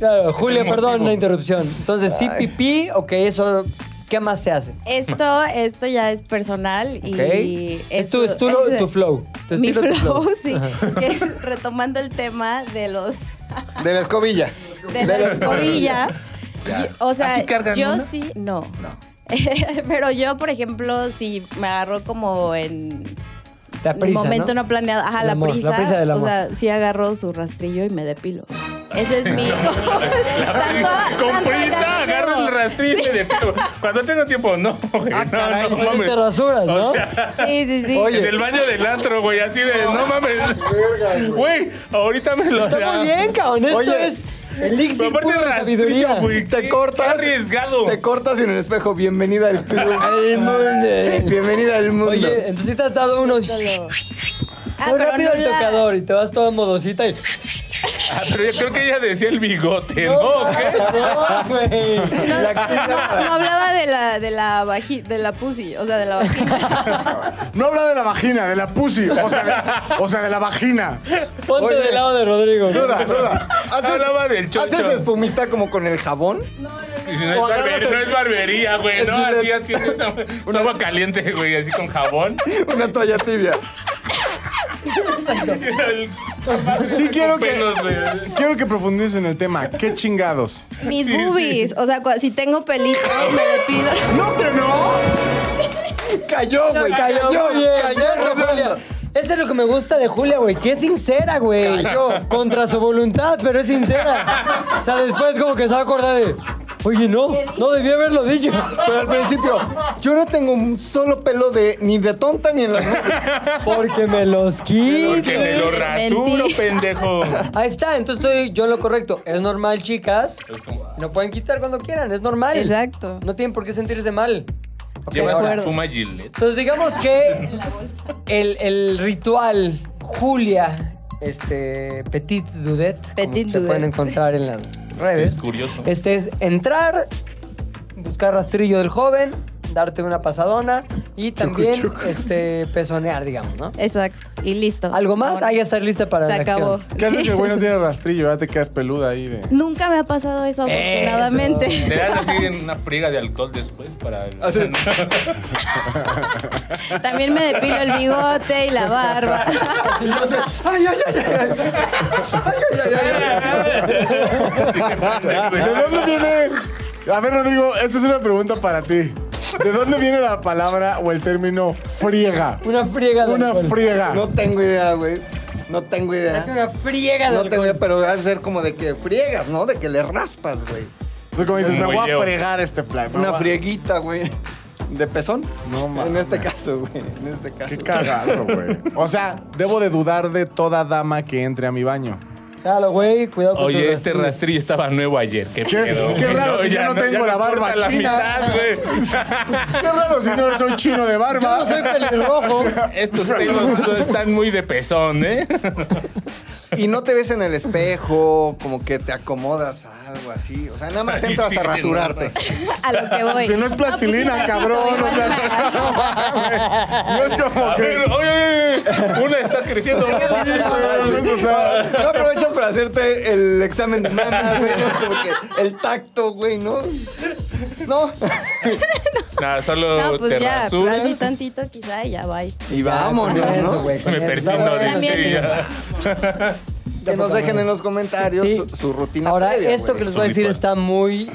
B: Claro, Julia,
D: el
B: perdón
D: motivo.
B: la interrupción. Entonces, sí, pipí, ok, eso. ¿Qué más se hace?
E: Esto, esto ya es personal y
B: Ok. Es tu,
E: esto-
B: es tu, lo-
E: es-
B: tu flow. Tu
E: mi
B: estilo, tu
E: flow, sí. que es retomando el tema de los
C: De la escobilla.
E: de la escobilla. y- O sea,
D: ¿Así cargan
E: yo
D: una?
E: sí, no. Pero yo, por ejemplo, si me agarro como en
B: La
E: un
B: prisa,
E: momento
B: ¿no?
E: no, planeado, ajá,
B: El
E: la,
B: amor, la
E: prisa,
B: prisa del amor.
E: o sea, sí agarro su rastrillo y me depilo. Ese es mi Tanto-
D: Con
E: tanto
D: prisa,
E: era
D: agarra
E: miedo.
D: el rastrillo y de pito. Cuando tengo tiempo, no, güey. no, no,
B: Pues sí te
D: mames.
B: rasuras, ¿no?
E: Sí, sí, sí.
D: En el baño del antro, güey, así de, no mames. Güey, ahorita me lo
B: Está muy bien, cabrón. Esto
C: Oye.
B: es elixir
D: Pero aparte
B: puro de
D: rastrillo,
B: sabiduría.
D: güey.
C: Te
D: qué-
C: cortas.
D: qué arriesgado.
C: Te cortas en el espejo. Bienvenida al club. Bienvenida al mundo.
B: Oye, entonces sí te has dado unos...
E: Solo- Ah,
B: Muy
E: pero
B: rápido
E: no
B: el
E: la-
B: tocador y te vas toda modosita y...
D: Ah, pero yo creo que ella decía el bigote, ¿no? ¿O qué?
B: No, güey.
E: No,
C: La quinta
E: no,
C: para-
E: no hablaba de la de la vaji- de la pussy, o sea, de la vagina.
F: No habla de la vagina, de la pussy. O sea, de, o sea, de la vagina.
B: Ponte
C: Oye.
B: del lado de Rodrigo. güey.
C: Duda, duda. ¿Haces,
D: Hablaba del chocho.
C: ¿Haces espumita como con el jabón?
D: Y si no, es
C: O agarras
D: barbería,
C: el-
D: no es barbería, güey, ¿no?
C: Entonces-
D: Así ya tienes agua, su agua caliente, güey, así con jabón.
C: Una toalla tibia.
F: Sí quiero que,
D: Pelos, güey.
F: quiero que profundices en el tema. ¿Qué chingados?
E: Mis
D: Sí, sí.
E: boobies. O sea, cua- si tengo pelitos, me depilo.
F: ¡No, que no!
C: Cayó, güey.
B: cayó,
C: Cayó,
B: muy bien.
C: cayó,
B: Eso, Julia.
C: Rolando.
B: Eso es lo que me gusta de Julia, güey, que es sincera, güey.
C: Cayó.
B: Contra su voluntad, pero es sincera. O sea, después como que se va a acordar de, oye, no, no debía haberlo dicho.
C: Pero al principio, yo no tengo un solo pelo de ni de tonta ni en la
B: Porque me los
D: Porque
B: quito.
D: me lo rasuro,
E: Mentí.
D: pendejo.
B: Ahí está, entonces estoy yo en lo correcto. Es normal, chicas.
D: Es como,
B: No pueden quitar cuando quieran, es normal.
E: Exacto.
B: No tienen por qué sentirse mal. Ok,
D: ¿Llevas
B: ahora.
D: espuma Gillette?
B: Entonces digamos que el, el ritual Julia este Petit Dudet,
E: Petit
B: como te
E: Dudet.
B: pueden encontrar en las redes.
D: Es curioso.
B: Este es entrar, buscar rastrillo del joven, darte una pasadona y también este pezonear, digamos, ¿no?
E: Exacto. Y listo.
B: ¿Algo más?
E: Ahora.
B: Ahí ya estar lista para
E: Se
B: la
E: acabó.
B: acción.
F: ¿Qué haces que el güey no tiene rastrillo? Ya te quedas peluda ahí de.
E: Nunca me ha pasado eso, afortunadamente.
D: Te das así en una friega de alcohol después para. el-
E: También me depilo el bigote y la barba.
C: ¡Ay, ay, ay! ay.
F: ¿De dónde viene? A ver, Rodrigo, esta es una pregunta para ti. ¿De dónde viene la palabra o el término friega?
B: Una friega de
F: Una
B: alcohol.
F: friega.
C: No tengo idea, güey. No tengo
B: Date
C: idea.
B: una friega de
C: No
B: alcohol.
C: tengo idea, pero va a ser como de que friegas, ¿no? De que le raspas, güey.
F: Tú como dices,
D: Un
F: me voy a
D: huelleo.
F: fregar este fly. me
C: Una
F: voy a-
C: frieguita, güey. De pezón.
F: No mames.
C: En este caso, güey. En este caso.
F: Qué cagado, güey. O sea, debo de dudar de toda dama que entre a mi baño.
B: Jalo, güey, cuidado con tus
D: Oye, este
B: rastrillos.
D: rastrillo estaba nuevo ayer. Qué,
F: Qué-
D: pedo.
F: qué raro si yo no tengo la
D: me
F: barba
D: corta la
F: china.
D: mitad, güey.
F: Qué raro si no soy chino de
B: Yo
F: barba.
B: no soy pelirrojo.
D: Estos pelos no están muy de pezón, ¿eh?
C: Y no te ves en el espejo, como que te acomodas a algo así. O sea, nada más
D: Ay,
C: entras
D: sí,
C: a rasurarte.
E: A lo que voy.
F: Si no es plastilina,
E: pues, sí,
F: cabrón,
E: igual
F: o sea,
E: me agarro.
F: No es como
D: A
F: que.
D: ver, oye, oye, una está creciendo más.
C: O sea, no aprovechas para hacerte el examen de mama, güey. Como que el tacto, güey, ¿no? No.
D: Nada, solo
E: No,
D: te
E: pues ya,
D: rasuras.
E: así tantito quizá y ya bye.
C: Y
B: Ya,
C: vámonos,
B: con eso,
C: ¿no?
B: güey, con
D: Me
B: eso.
D: persino de
E: También.
D: este día.
C: Que nos dejen en los comentarios
B: Sí.
C: su, su rutina.
B: Ahora,
C: previa,
B: esto
C: güey.
B: que les voy a
D: Son
B: decir
D: igual.
B: está muy.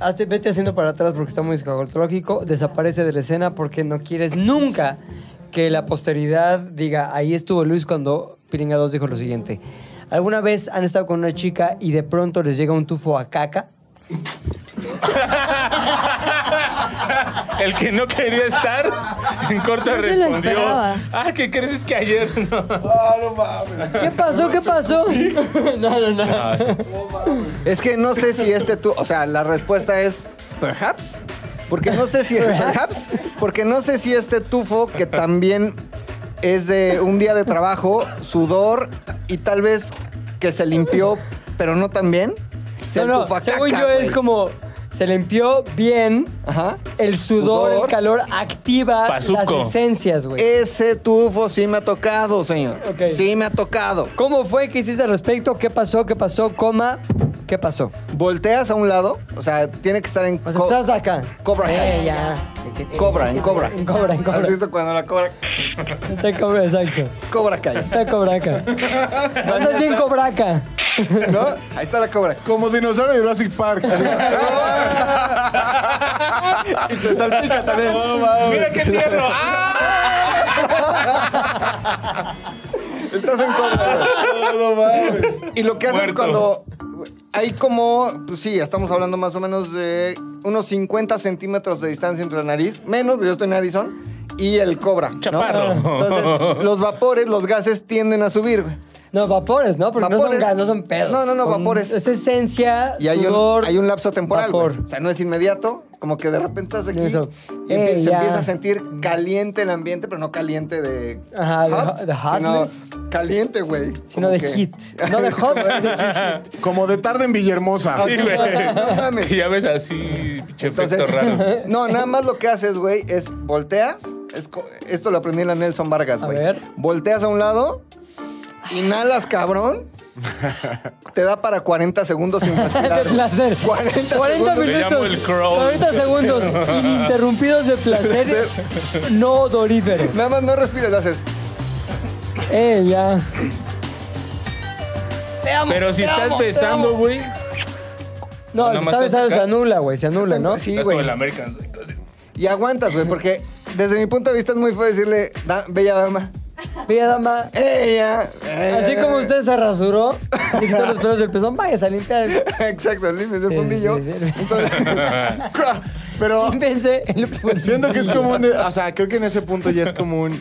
B: Hazte, vete haciendo para atrás porque está muy escatológico. Desaparece de la escena porque no quieres nunca que la posteridad diga: Ahí estuvo Luis cuando Piringa 2 dijo lo siguiente. ¿Alguna vez han estado con una chica y de pronto les llega un tufo a caca?
D: El que no quería estar, en corto
E: No se lo
D: respondió.
E: esperaba.
D: Ah, ¿qué crees es que ayer? No.
F: Ah,
B: ¿Qué pasó? ¿Qué pasó? no, no, no.
C: Es que no sé si este tú, o sea, la respuesta es perhaps, porque no sé si perhaps, porque no sé si este tufo que también es de un día de trabajo, sudor y tal vez que se limpió, pero no tan bien. Se
B: No, no,
C: entufa
B: Según
C: caca,
B: yo, es
C: güey.
B: como. Se limpió bien.
C: Ajá.
B: El sudor,
C: Sudor.
B: el calor activa las
D: Pazuco.
B: esencias, güey.
C: Ese tufo sí me ha tocado, señor.
B: Ok.
C: Sí me ha tocado.
B: ¿Cómo fue que hiciste al respecto? ¿Qué pasó? ¿Qué pasó? Coma, ¿qué pasó?
C: Volteas a un lado, o sea, tiene que estar en
B: O sea,
C: co-
B: estás acá.
C: Cobra
B: Eh,
C: Kai.
B: ya.
C: cobra, en cobra.
B: En cobra, en
C: ¿Has
B: cobra.
C: visto cuando la cobra
B: Está en cobra, exacto.
C: cobra cae?
B: Está en cobraca. Andas bien cobraca.
C: ¿No? Ahí está la cobra.
F: Como dinosaurio de Jurassic Park.
C: y te salpica también.
D: Mira qué tierno. ¡Ah!
C: Estás en cobra. No mames. Y lo que haces
D: Muerto.
C: cuando hay como, pues sí, estamos hablando más o menos de unos 50 centímetros de distancia entre la nariz, menos, pero yo estoy en narizón, y el cobra. ¿no?
D: Chaparro.
C: Entonces, los vapores, los gases tienden a subir. güey.
B: No, vapores, ¿no? Porque no son
C: Vapores.
B: gas, no son pedos.
C: No, no, no,
B: Son-
C: vapores.
B: Es esencia,
C: Y hay,
B: sudor.
C: un, hay un lapso temporal. güey.
B: vapor.
C: O sea, no es inmediato, como que de repente estás aquí
B: Eso.
C: y
B: Eh,
C: empie- se
B: ya.
C: empieza a sentir caliente el ambiente, pero no caliente de
B: Ajá, de
C: hot,
B: ho- de hotness.
C: sino caliente, güey.
B: Sino
C: Como
B: de
C: que-
B: hit. No de hot, sino de hit.
F: Como de tarde en Villahermosa.
D: Ah, Sí, güey.
C: No mames.
D: Que ya ves así, pinche efecto
C: Entonces,
D: raro.
C: no, nada más lo que haces, güey, es volteas. es co- esto lo aprendí en la Nelson Vargas,
B: A
C: güey.
B: ver.
C: Volteas a un lado, inhalas, cabrón. Te da para 40 segundos sin
B: De
C: respirar.
B: placer.
C: 40 segundos.
D: Le
B: minutos.
D: llamo el crawl.
B: 40 segundos. Interrumpidos de placer. no odorífero. Eh,
C: Nada más no respiras, le haces.
B: Ella.
D: Pero si estás besando, güey.
B: No, el
D: Nada
B: que
D: más
B: está
D: te
B: besado se
D: saca.
B: anula, güey. Se anula, ¿no?
C: Sí,
D: estás con
C: güey.
D: el American. Psycho, así.
C: Y aguantas, güey, porque desde mi punto de vista es muy feo decirle, "Da- bella dama,
B: Mira, dama.
C: ella. eh, ella".
B: Así como usted se rasuró y quitó los pelos del pezón, váyase a limpiar el...
C: Exacto, límpiese el
B: Sí,
C: fundillo.
B: sí, sí.
C: Entonces,
F: Pero
B: Límpiense el
F: siento que es común, de- o sea, creo que en ese punto ya es común.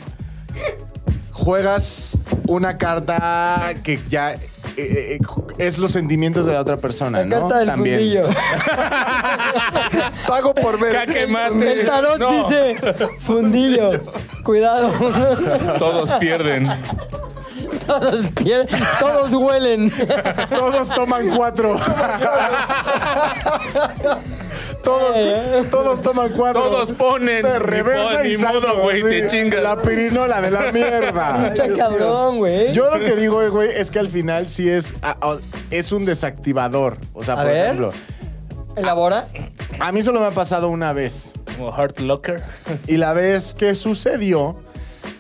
F: Juegas una carta que ya eh, eh, es los sentimientos de la otra persona,
B: La
F: ¿no?
B: carta del
F: También.
B: fundillo.
C: pago por ver.
D: Ya quemaste.
B: El tarot
D: No,
B: dice fundillo. Cuidado.
D: Todos pierden.
B: Todos, pier- todos huelen.
F: Todos toman cuatro. todos, todos toman cuatro.
D: Todos ponen.
F: De reversa
D: Ni
F: y
D: modo,
F: salto,
D: güey,
F: sí.
D: te chingas.
F: La pirinola de la mierda.
B: Está cabrón, güey.
F: Yo lo que digo, güey, es que al final sí es, a- a- es un desactivador. O sea,
B: A
F: por
B: ver.
F: ejemplo,
B: ¿Elabora?
F: a mí solo me ha pasado una vez.
D: Como Heart Locker.
F: Y la vez que sucedió,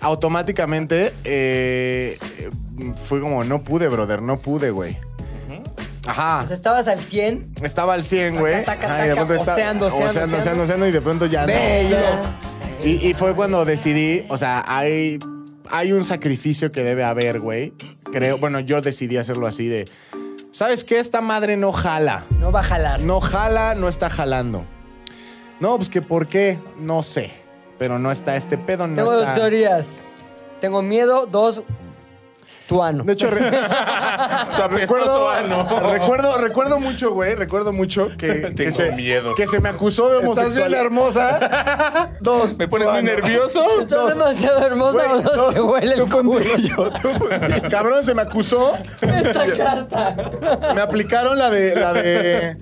F: automáticamente eh, fue como, no pude, brother, no pude, güey. Ajá.
B: O sea, Pues estabas al 100.
F: Estaba al 100, güey.
B: taca,
F: Ajá, y de
B: taca,
F: pronto está-
B: oceando, oceando,
F: oceando,
B: oceando.
F: oceando, y de pronto ya no. Y, y fue cuando decidí, o sea, hay, hay un sacrificio que debe haber, güey. Creo, bueno, yo decidí hacerlo así de, ¿sabes qué? Esta madre no jala.
B: No va a jalar.
F: No jala, no está jalando. No, pues que por qué, no sé. Pero no está este pedo, no
B: Tengo dos
F: está...
B: teorías. Tengo miedo. Dos, tu ano.
F: De hecho, re-
D: Tu apestoso
C: ah,
D: ano.
F: recuerdo, recuerdo mucho, güey, recuerdo mucho que, que,
D: Tengo
F: se,
D: miedo.
F: que se me acusó de
C: Estás bien
F: homosexualidad.
C: hermosa. Dos.
D: Me pones muy
C: Bueno.
D: nervioso.
B: Estás demasiado hermosa
F: Güey,
B: o no
F: dos,
B: te huele el
F: tú fue un
B: culo.
F: brillo, tú fue- Cabrón, se me acusó.
B: Esta carta.
F: Me aplicaron la de. La de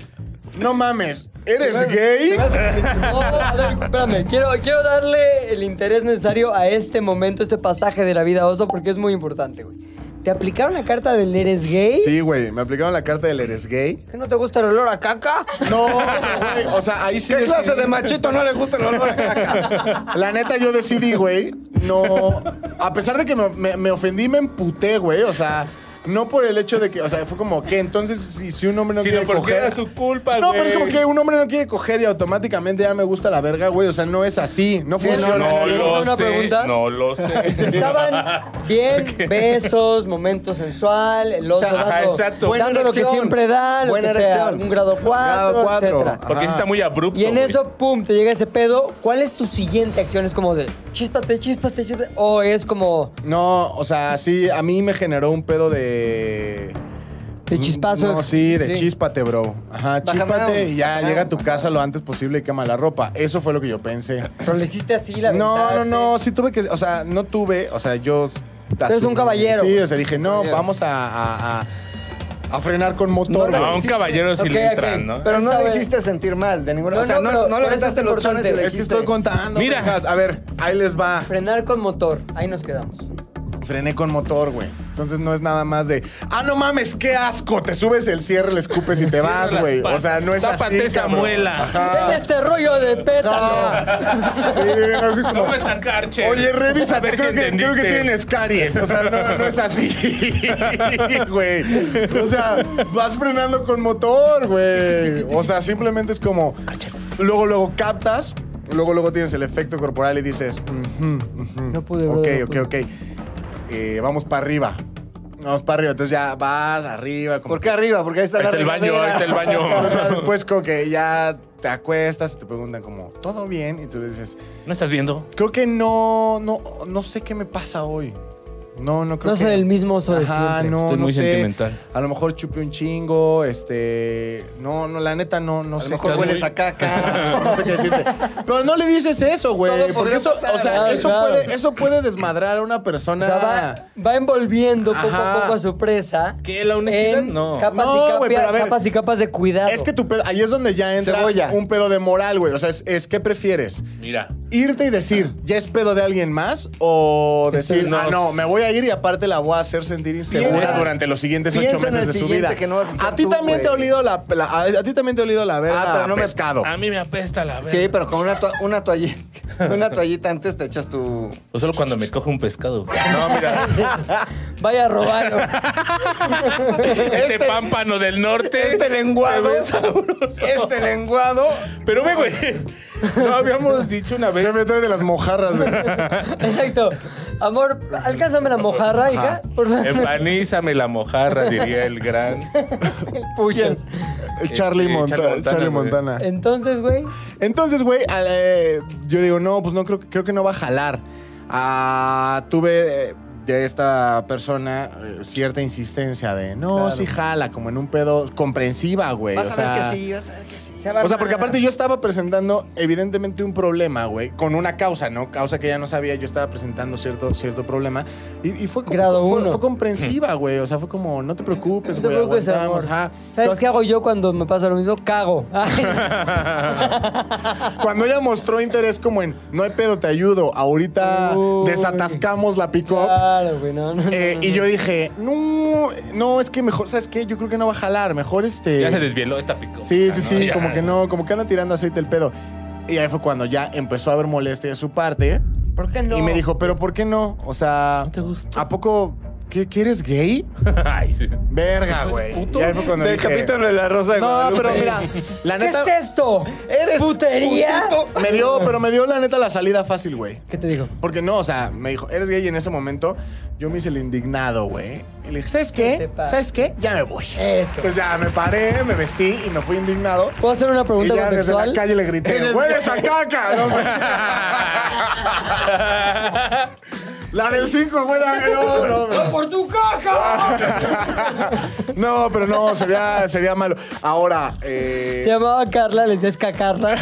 F: no mames, ¿eres gay?
B: No, a ver, espérame. Quiero, quiero darle el interés necesario a este momento, este pasaje de la vida oso, porque es muy importante, güey. ¿Te aplicaron la carta del eres gay?
F: Sí, güey, me aplicaron la carta del eres gay.
B: ¿Que no te gusta el olor a caca?
F: No, güey, o sea, ahí sí.
C: ¿Qué
F: decidí-
C: clase de machito no le gusta el olor a caca?
F: La neta, yo decidí, güey, no. A pesar de que me, me- me ofendí, me emputé, güey, o sea. No por el hecho de que, o sea, fue como que entonces si, si un hombre no
D: Sino
F: quiere
D: porque
F: coger.
D: era su culpa,
F: no, pero
D: güey.
F: es como que un hombre no quiere coger y automáticamente ya me gusta la verga, güey. O sea, no es así. No
C: no,
F: funciona
D: No
F: así.
D: lo
B: ¿Una
D: sé.
B: pregunta?
D: No lo sé.
B: Estaban bien, besos, momento sensual, el oso
D: Ajá,
B: dando,
D: exacto.
B: dando
D: Buena
B: lo que
C: erección.
B: siempre da, lo
C: Buena
B: que sea,
C: erección.
B: un grado 4,
F: Grado cuatro. Ah,
B: etcétera.
F: Ajá.
D: Porque sí está muy abrupto.
B: Y en
D: güey.
B: eso, pum, te llega ese pedo. ¿Cuál es tu siguiente acción? ¿Es como de chíspate, chíspate, chíspate? ¿O es como
F: No, o sea, sí, a mí me generó un pedo de.
B: de chispazo?
F: Mm, No, sí, de chispate, bro. Ajá, chispate
C: down,
F: y ya
C: baja
F: llega a tu
C: down,
F: casa lo antes posible y quema la ropa. Eso fue lo que yo pensé.
B: Pero le hiciste así la
F: No, no,
B: aventaste.
F: no, sí tuve que. O sea, no tuve. O sea, yo.
B: eres un caballero.
F: Sí, o sea, dije, no, vamos a. a, a- a frenar con motor.
D: A
F: güey.
D: un caballero sí
B: Ok,
D: le entran,
B: ok.
D: ¿no?
C: Pero no
B: Esta
C: le
B: vez.
C: hiciste sentir mal de ninguna
B: No,
C: O sea,
B: no,
C: no,
B: pero
C: no le
B: por eso
C: aventaste
B: es
C: los chones y
B: importante.
C: le
F: es que
C: dijiste,
F: estoy contando.
D: Mira.
F: pendejas. A ver, ahí les va.
B: Frenar con motor. Ahí nos quedamos.
F: frené con motor, güey. Entonces no es nada más de, ah, no mames, qué asco. Te subes el cierre, le escupes y te
D: Cierra
F: vas,
D: las
F: güey. O sea,
D: patas,
F: no es así.
D: tápate esa
F: cabrón.
D: muela.
B: ¡Ten
F: Ajá.
B: este rollo de pétalo!
F: No. Sí, no sí es como,
D: No me están carche.
F: Oye,
D: A
F: revisa,
D: ver
F: creo,
D: si
F: que, creo que
D: entendiste.
F: tienes caries. O sea, no, no es así, güey. O sea, vas frenando con motor, güey. O sea, simplemente es como. Luego, luego captas. Luego, luego tienes el efecto corporal y dices. "Ujú, ujú".
B: No pude,
F: Mm. Ok,
B: brother, no
F: ok,
B: pude.
F: ok. Eh, vamos para arriba. Vamos para arriba. Entonces ya vas arriba. como
C: ¿Por qué arriba? Porque ahí está
D: Ahí
C: la
D: está el baño, ahí
C: regadera.
D: está el baño.
F: O sea, después como que ya te acuestas y te preguntan como, ¿todo bien? Y tú le dices,
D: ¿No estás viendo?
F: creo que no, no, no sé qué me pasa hoy. No, no creo
B: No
F: que...
B: soy el mismo oso de
F: Ajá,
B: siempre.
F: no,
D: Estoy
F: no
D: muy
F: sé.
D: sentimental.
F: A lo mejor chupé un chingo, este... No, no, la neta no, no
C: A lo
F: sé.
C: mejor
F: Estás
C: hueles
F: muy-
C: a caca.
F: no sé qué decirte. Pero no le dices eso,
C: Todo
F: güey. Porque
C: podría
F: eso,
C: pasar.
F: o sea,
B: Claro,
F: eso,
B: claro.
F: puede, eso puede desmadrar a una
B: O
F: persona.
B: sea, va, va envolviendo poco a
F: Ajá.
B: poco a su presa.
D: ¿Qué, la honestidad?
B: en
D: No.
B: Capas,
F: No,
B: y
F: güey,
B: capas,
F: pero a ver.
B: capas y capas de cuidado.
F: Es que tu pedo, ahí es donde ya entra
C: Cebolla.
F: un pedo de moral, güey. O sea, es, es que prefieres
D: Mira.
F: irte y decir, ya es pedo de alguien más, o decir,
D: no
F: ah, no, me voy a ir y aparte la voy a hacer sentir insegura
C: Piensa-
F: durante los siguientes ocho
C: piensa en
F: meses
C: el
F: de su
C: siguiente
F: vida.
C: que no vas a ser
F: a ti
C: tú,
F: también te ha
C: güey.
F: olido la, la- a, a ti también te ha olido la verga.
C: Ah, pero no me-
F: pescado.
D: A mí me apesta la verga.
C: Sí, pero con una, toa- una toallita. Una toallita antes te echas tu.
D: O solo cuando me coge un pescado. No, mira.
B: Vaya a robar.
D: Este pámpano del norte.
C: Este lenguado.
D: se ve sabroso.
C: Este lenguado.
D: Pero ve, güey. No habíamos dicho una vez.
F: Jefe, tú eres de las mojarras. güey.
B: Exacto. Amor, alcánzame la mojarra, hija. Por favor.
D: Empanízame la mojarra, diría el gran.
B: Puchas.
F: El Charlie,
D: Sí,
F: Monta-
D: Charlie Montana,
F: Charlie
D: güey.
F: Montana.
B: Entonces, güey,
F: Entonces, güey, al, eh, yo digo, no, pues no creo, creo que no va a jalar. Ah, tuve eh, de esta persona eh, cierta insistencia de, no, sí jala, como en un pedo comprensiva, güey.
C: Vas
F: o
C: a
F: sea,
C: ver que sí, vas a ver que sí.
F: O sea, porque aparte yo estaba presentando evidentemente un problema, güey, con una causa, ¿no? Causa que ya no sabía, yo estaba presentando cierto, cierto problema. Y, y fue, como-
B: Grado
F: fue,
B: uno.
F: fue comprensiva, güey. O sea, fue como, no te preocupes,
B: No te
F: güey.
B: preocupes,
F: aguantamos,
B: amor.
F: ajá.
B: ¿sabes
F: Entonces,
B: qué hago yo cuando me pasa lo mismo? Cago. Ay,
F: Cuando ella mostró interés como en, no hay pedo, te ayudo, ahorita
B: Uy.
F: desatascamos la pick up.
B: claro, güey, no, no, no,
F: Eh,
B: no,
F: y
B: no.
F: yo dije, no, no, es que mejor, ¿sabes qué? Yo creo que no va a jalar, mejor este...
D: Ya se desvieló esta pico. Ah,
F: Sí,
C: Ah,
F: sí, sí,
D: Ya.
F: como que no, como que anda tirando aceite el pedo. Y ahí fue cuando ya empezó a haber molestia de su parte.
C: ¿Por qué no?
F: Y me dijo, ¿pero por qué no? O sea,
D: ¿No te gusta?
F: ¿a poco qué, que eres gay?
D: Ay, sí.
F: Verga, güey. Y ahí fue cuando
C: Del
F: dije,
C: capítulo de la Rosa de
F: No,
C: Guadalupe.
F: pero mira, la
B: ¿Qué
F: neta.
B: es esto?
C: Eres
B: ¿Putería?
C: putito.
F: Me dio, pero me dio la neta la salida fácil, güey.
B: ¿Qué te digo?
F: Porque no, o sea, me dijo, eres gay y en ese momento yo me hice el indignado, güey. Y le dije, ¿sabes
B: ¿Qué te
F: qué?
B: pasa? Eh.
F: ¿Sabes qué? Ya me voy.
B: Eso.
F: Pues ya me paré, me vestí y me fui indignado.
B: ¿Puedo hacer una
F: Y
B: pregunta
F: ya desde la
B: contextual?
F: calle le grité,
C: Eres
F: ¡Hueles a caca! No, güey. La del 5, güey, la- no, no, no.
B: ¡Por tu caca!
F: No, pero no, sería, sería malo. Ahora, eh,
B: Se llamaba Carla, le decías cacarla.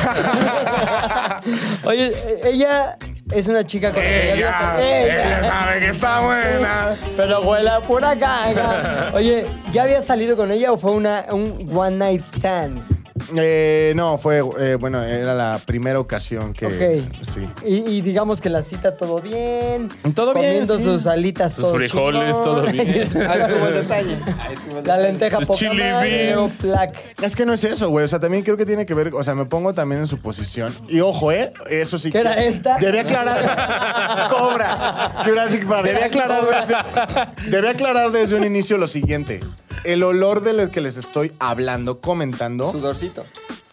B: Oye, ella es una chica con la que ya
F: ella,
B: habías-
F: ella sabe que está buena.
B: Pero huele a pura caca. Oye, ¿ya habías salido con ella o fue una, un one night stand?
F: Eh, no, fue, eh, bueno, era la primera ocasión que...
B: Ok.
F: Eh, Sí.
B: Y, y digamos que la cita todo bien.
F: Todo bien,
B: Comiendo
F: sí.
B: sus alitas
D: Sus
B: todo
D: frijoles,
B: chingón.
D: todo bien.
C: Ahí estuvo el detalle. Ahí estuvo el
B: La
C: detalle.
B: lenteja
D: Sus
B: poca
D: chili
B: madre, pero
D: beans.
B: plac.
F: Es que no es eso, güey. O sea, también creo que tiene que ver. O sea, me pongo también en su posición. Y ojo, ¿eh? Eso sí.
B: ¿Qué era
F: que-
B: esta?
F: Debí aclarar. Cobra. Jurassic Park. Debí aclarar, desde, debí aclarar desde un inicio lo siguiente. El olor del que les estoy hablando, comentando,
C: Sudorcito.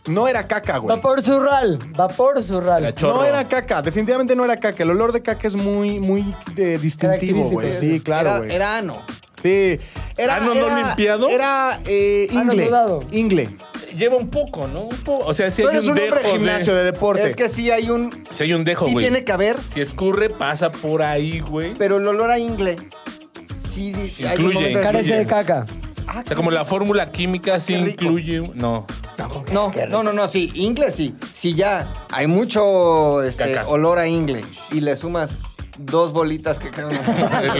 F: no era caca, güey.
B: Vapor surral. Vapor surral.
D: La chorro.
F: No era caca, definitivamente no era caca. El olor de caca es muy, muy eh, distintivo,
B: Característico.
F: güey. Sí, claro,
C: Era-
F: güey.
C: Era ano.
F: sí. Era,
D: ¿Ano Ah, no
F: era-
D: limpiado?
F: Era eh,
B: Ano
F: ingle.
B: Ah, sudado.
F: Ingle.
D: Lleva un poco, ¿no? Un poco. O sea, si
F: Tú
D: hay
F: eres
D: un
F: un hombre
D: dejo
F: de gimnasio, de deporte.
C: Es que sí hay un.
D: Si hay un dejo,
C: sí
D: güey.
C: tiene que haber,
D: Si escurre, pasa por ahí, güey.
C: pero el olor a ingle. Sí, di- hay un
D: Incluye,
C: momento en que
B: Carece de
C: dices,
B: caca.
C: "Ah,
D: O sea, como la fórmula química sí
C: Qué rico.
D: incluye. un- No.
C: No, no, no, no, sí, inglés sí. Si ya hay mucho este,
D: Caca.
C: olor a inglés y le sumas dos bolitas que quedan.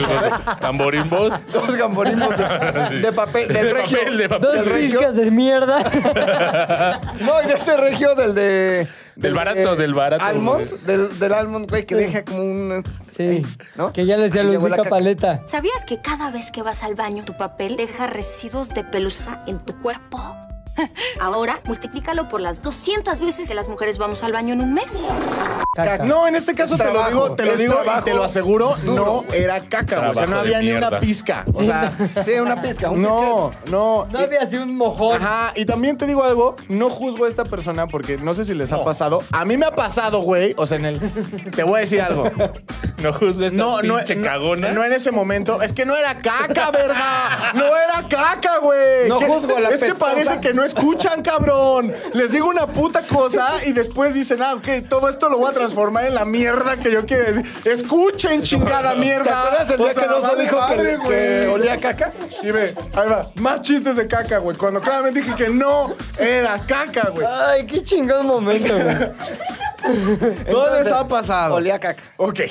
D: Tamborimbos.
C: dos gamborinos de, de papel, del
D: De
C: regio.
D: papel, de papel.
B: Dos pizcas de mierda.
C: No, y de ese regio del de.
D: Del barato, del barato,
C: Almond,
D: güey.
C: del, del almond, güey, que deja como un.
B: Sí.
C: ¿No?
B: Que ya le decía
C: Ahí
B: Luis
C: llegó la
B: Mica
C: caca.
B: Paleta.
I: ¿Sabías que cada vez que vas al baño, tu papel deja residuos de pelusa en tu cuerpo? Ahora, multiplícalo por las 200 veces que las mujeres vamos al baño en un mes.
B: Caca.
F: No, en este caso
C: Es
F: te lo
C: trabajo,
F: digo, te lo
C: es
F: digo y
C: trabajo
F: te lo aseguro,
C: duro.
F: no era caca, güey. O sea,
D: Trabajo
F: no
D: de
F: había ni
D: mierda.
F: una pizca. O sea,
C: Sí, una pizca, un
F: no, no.
B: No había sido un mojón.
F: Ajá, y también te digo algo, no juzgo a esta persona porque no sé si les ha pasado. A mí me ha pasado, güey. O sea, en el. Te voy a decir algo.
D: No juzgues esta
F: No, no,
D: pinche
F: no,
D: cagona.
F: no en ese momento. Es que no era caca, verga. No era caca, güey.
C: No
F: Que-
C: juzgo a la
F: Es que
C: pestosa.
F: parece que no escuchan, cabrón. Les digo una puta cosa y después dicen, ah, ok, todo esto lo voy a transformar en la mierda que yo quiero decir. Escuchen, chingada mierda.
C: ¿Te acuerdas el
F: O
C: día
F: sea,
C: que Doso
F: Pues, ah, vale
C: dijo que-
F: madre,
C: que
F: güey.
C: olía a caca?
F: Y ve, ahí va, más chistes de caca, güey. Cuando claramente dije que no era caca, güey.
B: Ay, qué chingón momento, güey.
F: ¿Dónde les ha pasado?
C: Olía a caca.
F: Ok.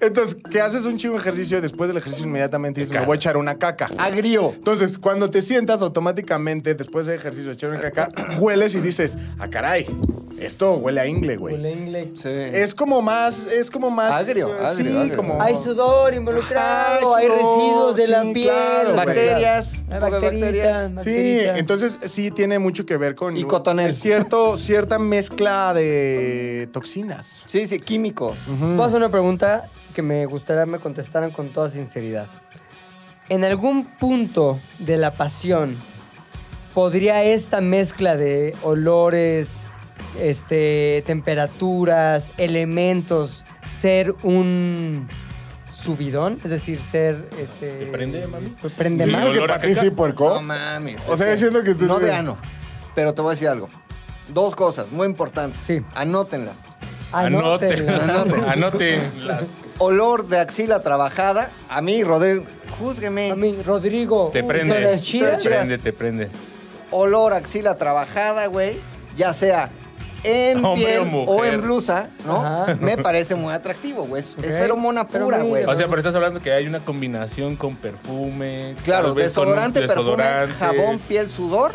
F: Entonces, que haces un chingo de ejercicio, después del ejercicio inmediatamente dices, me voy a
D: cagas.
F: echar una caca. Agrio. Entonces, cuando te sientas automáticamente, después del ejercicio, de echar una caca, hueles y dices, ah, caray, esto huele a ingle,
B: Huele
F: güey.
B: a inglés.
C: Sí.
F: Es como más, es como más...
C: Agrio,
F: eh,
C: agrio,
F: sí,
C: agrio.
F: como...
B: Hay sudor involucrado,
F: Ajá,
B: hay
F: sudor,
B: residuos de
F: sí,
B: la piel.
F: claro, güey.
C: Bacterias,
B: Hay
C: poco de
B: bacterias.
C: bacterias.
F: Sí, entonces sí tiene mucho que ver con...
C: Y cotonel.
F: es Cierto, cierta mezcla de toxinas.
C: Sí, sí, químicos.
B: Voy a hacer una pregunta que me gustaría me contestaran con toda sinceridad. ¿En algún punto de la pasión podría esta mezcla de olores, este, temperaturas, elementos ser un subidón? Es decir, ser este.
D: ¿Te prende, mami?
B: pues, Prende
D: Sí,
B: más.
D: olor a caca.
F: puerco.
C: No mames.
F: O sea, diciendo que tú-
C: No de ano. Pero te voy a decir algo. Dos cosas muy importantes.
B: Sí.
C: Anótenlas.
B: Ah,
D: Anoten,
B: Anótenla.
C: Anoten.
D: anoten, anoten las.
C: Olor de axila trabajada. A mí, Rodrigo, júzgueme.
B: A mí, Rodrigo. uh,
D: Te
B: ¿tú
D: prende.
B: eres
D: Te
B: chida?
D: prende, te prende.
C: Olor a axila trabajada, güey. Ya sea en
D: Hombre
C: piel
D: o mujer.
C: o en blusa, ¿no?
B: Ajá.
C: Me parece muy atractivo, güey. Es, es
B: Ok.
C: feromona
B: Pero
C: pura,
B: mira.
C: güey.
D: O sea, pero estás hablando que hay una combinación con perfume.
C: Claro,
D: tal vez con un
C: desodorante,
D: desodorante.
C: perfume, jabón, piel, sudor,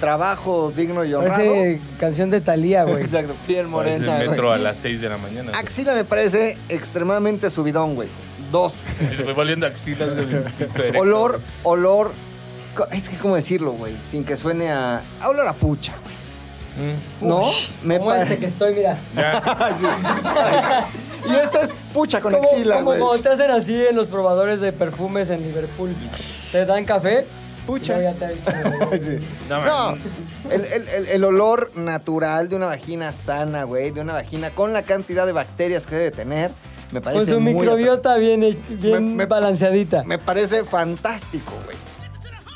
C: trabajo digno y honrado.
B: Parece canción de Thalía, güey.
C: Exacto, piel
D: Parece
C: morena. güey. Ah,
D: metro a las 6 de la mañana. güey.
C: Axila me parece extremadamente subidón, güey. Dos.
D: Y se fue volviendo axilas del pito erecto.
C: Olor, olor. co- Es que, ¿cómo decirlo, güey? Sin que suene a. a olor a pucha, güey.
D: Mm,
C: ¿No? Me
B: Como
C: pare- Ah,
B: este que estoy, mira.
D: Ya,
C: Y esta es pucha con
B: Como-
C: axila,
B: como
C: güey.
B: cuando te hacen así en los probadores de perfumes en Liverpool. Te dan café.
C: Pucha.
B: y luego ya te echan
C: Sí.
D: no,
C: No,
D: man.
C: el, el- el- el olor natural de una vagina sana, güey, de una vagina con la cantidad de bacterias que debe tener, me
B: Con
C: parece
B: su
C: muy
B: Pues microbiota bien, hech- bien
C: Me- me-
B: balanceadita.
C: Me parece fantástico, güey.